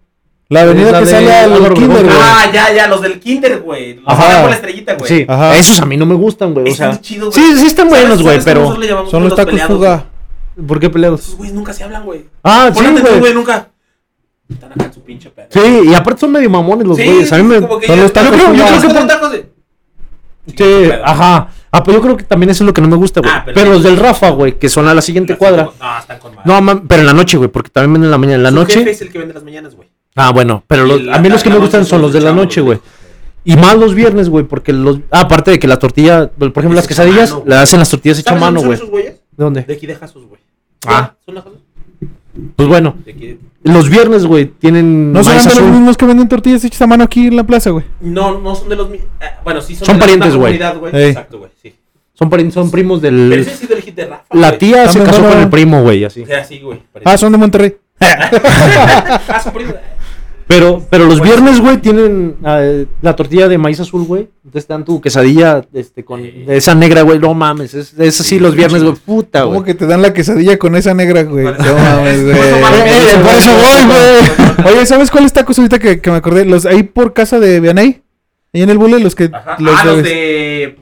La
Es
avenida
la
que
de
sale a los
Álvaro
kinder,
Obregón.
güey.
Ah, ya, ya, los del Kinder, güey. Los
Ajá.
que dan con la estrellita, güey.
Sí,
Ajá.
esos a mí no me gustan, güey. O
Están
sea,
chidos, güey.
sí, sí están
¿Sabes-
buenos, güey,
sabes cómo
pero
nosotros le llamamos
Son los tacos
peleados, güey?
fuga.
¿por qué peleados?
Esos güeyes nunca se hablan, güey.
Ah, sí,
Ponete tú,
güey.
güey, nunca. Están acá en su pinche pedo.
Sí, y aparte son medio mamones los
Sí,
güeyes. A mí
sí,
me
como que
son
ya-
los tacos
Yo
con- yo
yo
creo que
creo
por-
tacos de...
Sí,
Pero-
ajá. Ah, pero yo creo que también eso es lo que no me gusta, güey.
Ah, pero-
pero, los del Rafa, güey, que son a la siguiente cuadra.
No, están con madre.
No, mam- pero en la noche, güey, porque también venden en la mañana. En la
Su jefe
noche.
es el que vende las mañanas, güey.
Ah, bueno, pero los-
Y la-
a mí los que
la
me
noche
gustan son los de la
chavos,
noche, güey. Y más los viernes, güey, porque los. Ah, aparte de que la tortilla, por ejemplo, las
Es hecha a
quesadillas,
mano, güey.
las hacen las tortillas hechas a
¿Sabes
mano,
dónde
güey. ¿De
son esos güeyes?
dónde?
De aquí de Jasos, güey.
Ah.
¿Son de Jasos?
Pues bueno,
De aquí de-
los viernes, güey, tienen.
No
maíz
serán de los
azul.
mismos que venden tortillas hechas a mano aquí en la plaza, güey.
No, no son de los mi- ah, Bueno, sí son,
Son
de la misma
parientes, güey.
comunidad,
Ey.
Exacto, güey, sí.
Son, pari- son primos del.
Pero ese sí del hit de Rafa,
La
güey.
tía se
También
casó
bueno.
con el primo, güey, así.
O sea, sí, güey. parece.
Ah, son de Monterrey.
Ah, su primo.
Pero, pero los
Bueno.
viernes, güey, tienen eh, la tortilla de maíz azul, güey. Entonces dan tu quesadilla este, con
Sí.
esa negra, güey. No mames, es, es así los viernes, güey. Puta,
¿Cómo
güey.
que te dan la quesadilla con esa negra, güey?
Por eso-
No mames, güey.
por eso van a
Eh,
pedir-
eh, Por eso voy, güey. Oye, ¿sabes cuáles tacos ahorita que, que me acordé? Los ahí por casa de Vianey. Ahí en el bule, los que.
Ajá.
los
ah, los
de-
de.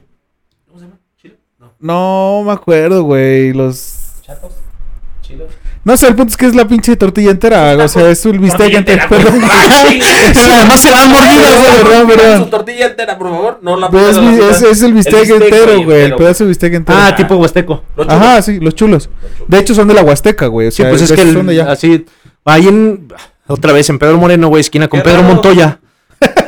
¿Cómo se llama? ¿Chile? No.
No me acuerdo, güey. Los.
¿Chatos? ¿Chilo?
No sé, el punto es que es la pinche tortilla entera. O sea, es un bistec
Tortilla
entero.
entera,
Perdón.
güey. Ay, sí.
Además se dan mordidas, güey. Perdón,
Su
perdón.
tortilla entera, por favor. No la
Pues es, mi- es- es el bistec entero, güey. El pedazo de bistec entero.
Ah, tipo huasteco.
Ajá, sí, los chulos. De hecho, son de la Huasteca, güey. O
Sí,
sea,
pues es
de
que
esos
el-
son de allá.
así. Ahí en. Otra vez, en Pedro Moreno, güey, esquina con
Qué
Pedro
raro.
Montoya.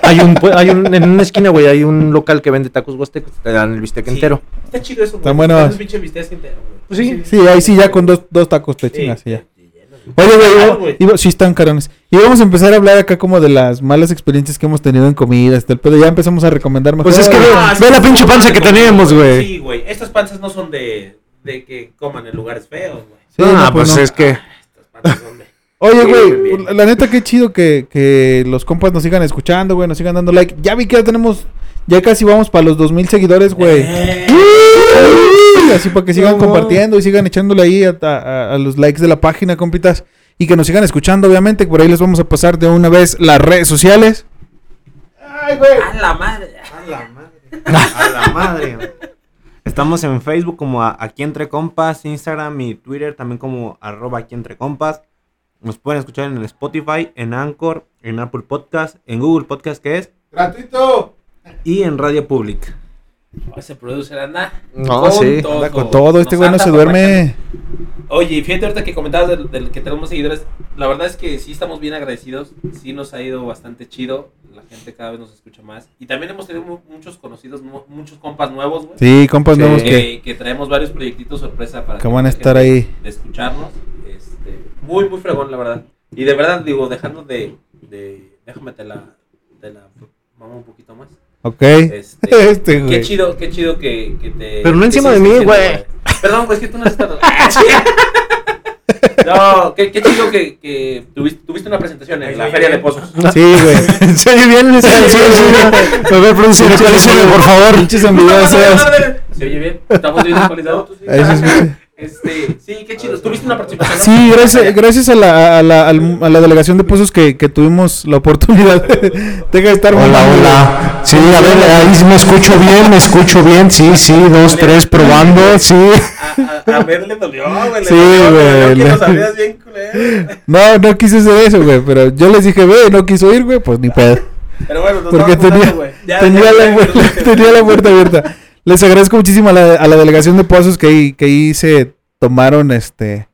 Hay un, pue- hay un, en una esquina, güey, hay un local que vende tacos huastecos, te dan el bistec entero.
Está chido eso, güey.
Están buenos.
Está un pinche bistec entero, güey.
sí.
Sí, ¿eh? ahí sí, ya con dos, dos tacos te chingas. y ya. Oye,
Claro,
güey,
güey.
iba- iba- sí están carones. Y vamos a empezar a hablar acá como de las malas experiencias que hemos tenido en comidas, tal pedo. Ya empezamos a recomendar mejor.
Pues es que ve,
Ah, sí,
ve la
sí,
pinche
sí,
panza
sí,
que
sí,
Pues,
tenemos, güey.
Sí, güey. Estas panzas no son de, de que coman en lugares feos, güey.
Sí,
ah,
no, pues
pues,
no.
es que.
Estas panzas son de.
Oye,
Sí,
güey,
también.
la neta qué chido que, que los compas nos sigan escuchando, güey, nos sigan dando like. Ya vi que ya tenemos, ya casi vamos para los 2000 seguidores, güey. Así para que sigan
Eh. No.
compartiendo y sigan echándole ahí a, a- a los likes de la página, compitas. Y que nos sigan escuchando, obviamente. Por ahí les vamos a pasar de una vez las redes sociales.
A la madre.
A la madre. A la madre. güey. Estamos en Facebook como a- Aquí Entre Compas, Instagram y Twitter también como arroba Aquí Entre Compas. Nos pueden escuchar en el Spotify, en Anchor, en Apple Podcast, en Google Podcast que es. ¡Gratuito! Y en Radio Public.
Ese producer anda.
No,
con
sí,
todo.
Anda con todo, este
Nos
güey no
anda
se duerme.
apapachando. Oye, y fíjate ahorita que comentabas del, del que tenemos seguidores. La verdad es que sí estamos bien agradecidos. Sí nos ha ido bastante chido. La gente cada vez nos escucha más. Y también hemos tenido mu- muchos conocidos, mu- muchos compas nuevos, güey.
Sí, compas
Sí.
nuevos que,
que, que traemos varios proyectitos sorpresa para
que
la
van a
gente
estar ahí.
de escucharnos. Este, muy, muy fregón, la verdad. Y de verdad, digo, dejando de. de déjame te la, te la mamo un poquito más.
Ok.
Este,
Este,
qué
güey.
chido, qué chido que, que te.
Pero no
que
encima
sigues
de mí,
creciendo,
güey.
Perdón, pues que tú no estás. no, qué, qué chido que, que tuviste, tuviste una presentación en la Feria de Pozos.
Sí, güey.
Sí, bien, sí, sí, sí. A ver, producir,
Sí, sí,
actualízame,
sí.
por favor.
Pinches envidiosos.
Se oye bien, estamos bien actualizados.
Ahí se escucha.
Este, sí, qué chido. Tuviste una participación.
Sí, gracias, gracias a, la, a, la, al- a la delegación de pozos que, que tuvimos la oportunidad de deja de estar
Hola,
mamando.
hola. Sí, a ver, ahí sí me escucho bien, me escucho bien. Sí, sí, dos, tres, probando. Sí.
A, a, a ver, le dolió, güey. le
Sí,
dolió,
güey,
le dolió que
le-
nos abrías bien, culero.
No, no quise hacer eso, güey, pero yo les dije, güey, no quiso ir, güey, pues ni pedo.
Pero bueno, nos
Porque
estamos juntando,
tenía,
güey. Ya,
tenía,
ya,
la,
ya,
puerta,
perdón, perdón.
tenía la puerta abierta. Les agradezco muchísimo a la, a la delegación de pozos que, ahí- que ahí se tomaron, este,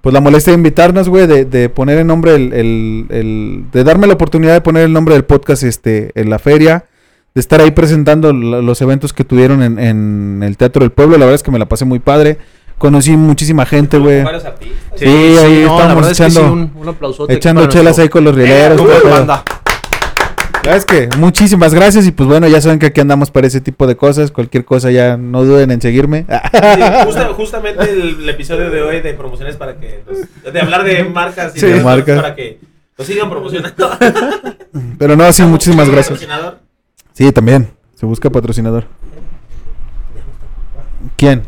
pues la molestia de invitarnos, güey, de, de poner el nombre, el, el- el- de darme la oportunidad de poner el nombre del podcast, este, en la feria, de estar ahí presentando lo- los eventos que tuvieron en, en el Teatro del Pueblo. La verdad es que me la pasé muy padre. Conocí muchísima gente, güey.
Varios artistas.
Sí, ahí
no, la
estábamos
verdad es que
echando-
sí, un, un aplausote aquí
Echando
para
chelas
nuestro-
ahí con los rieleros.
Como
todo el pedo.
banda.
Ya Es que muchísimas gracias y pues bueno, ya saben que aquí andamos para ese tipo de cosas. Cualquier cosa ya no duden en seguirme. Ah,
Sí, justa- justamente el, el episodio de hoy de promociones para que. los- de hablar de marcas y
Sí,
de
de
otros
marcas.
Para que nos sigan promocionando.
Pero no, sí, muchísimas gracias.
Patrocinador.
Sí, también. Se busca patrocinador. ¿Quién?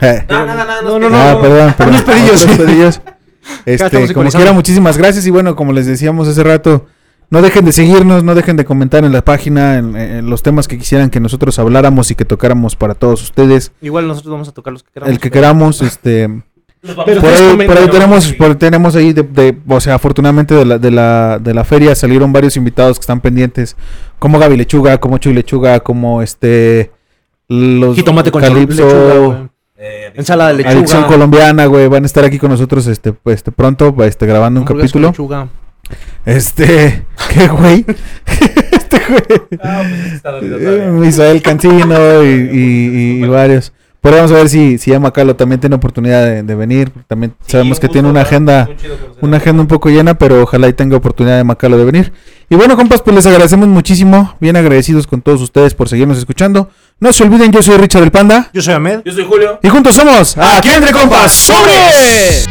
Eh.
No, no, no, no. nos
no,
quedamos-
Ah, perdón, perdón.
Unos pedillos.
Otros pedillos.
estamos
Este, como
ecualizando.
quiera, muchísimas gracias. Y bueno, como les decíamos hace rato, no dejen de seguirnos, no dejen de comentar en la página en- en los temas que quisieran que nosotros habláramos y que tocáramos para todos ustedes.
Igual nosotros vamos a tocar los que queramos.
El que queramos, este.
Los
Pero
vamos a-
por
ustedes
ahí,
comenten,
por ahí
¿no?
tenemos,
Sí.
por ahí tenemos ahí, de, de- o sea, afortunadamente de la, de, la, de la feria salieron varios invitados que están pendientes, como Gaby Lechuga, como Chuy Lechuga, como este, los
Jitomate con
Calypso,
lechuga, güey.
Eh,
Ensalada de lechuga.
Adicción Colombiana, güey, van a estar aquí con nosotros este, pues, este pronto, pues, este, grabando un
Hamburguesas con
capítulo.
lechuga.
Este, qué güey, este güey,
Ah, pues está dolido
eh,
todavía. pues,
Misael Cancino y, y- y- y varios. Pero vamos a ver si, si Emma Carlo también tiene oportunidad de, de venir, también
Sí,
sabemos
un
que
gusto,
tiene una
¿verdad?
agenda
Muy chido conocer
una
a-
agenda un poco llena, pero ojalá y tenga oportunidad de Macalo de venir. Y bueno, compas, pues les agradecemos muchísimo. Bien agradecidos con todos ustedes por seguirnos escuchando. No se olviden, yo soy Richard el Panda.
Yo soy Ahmed.
Yo soy Julio.
Y juntos somos Aquí Entre Compas. ¡Sobre!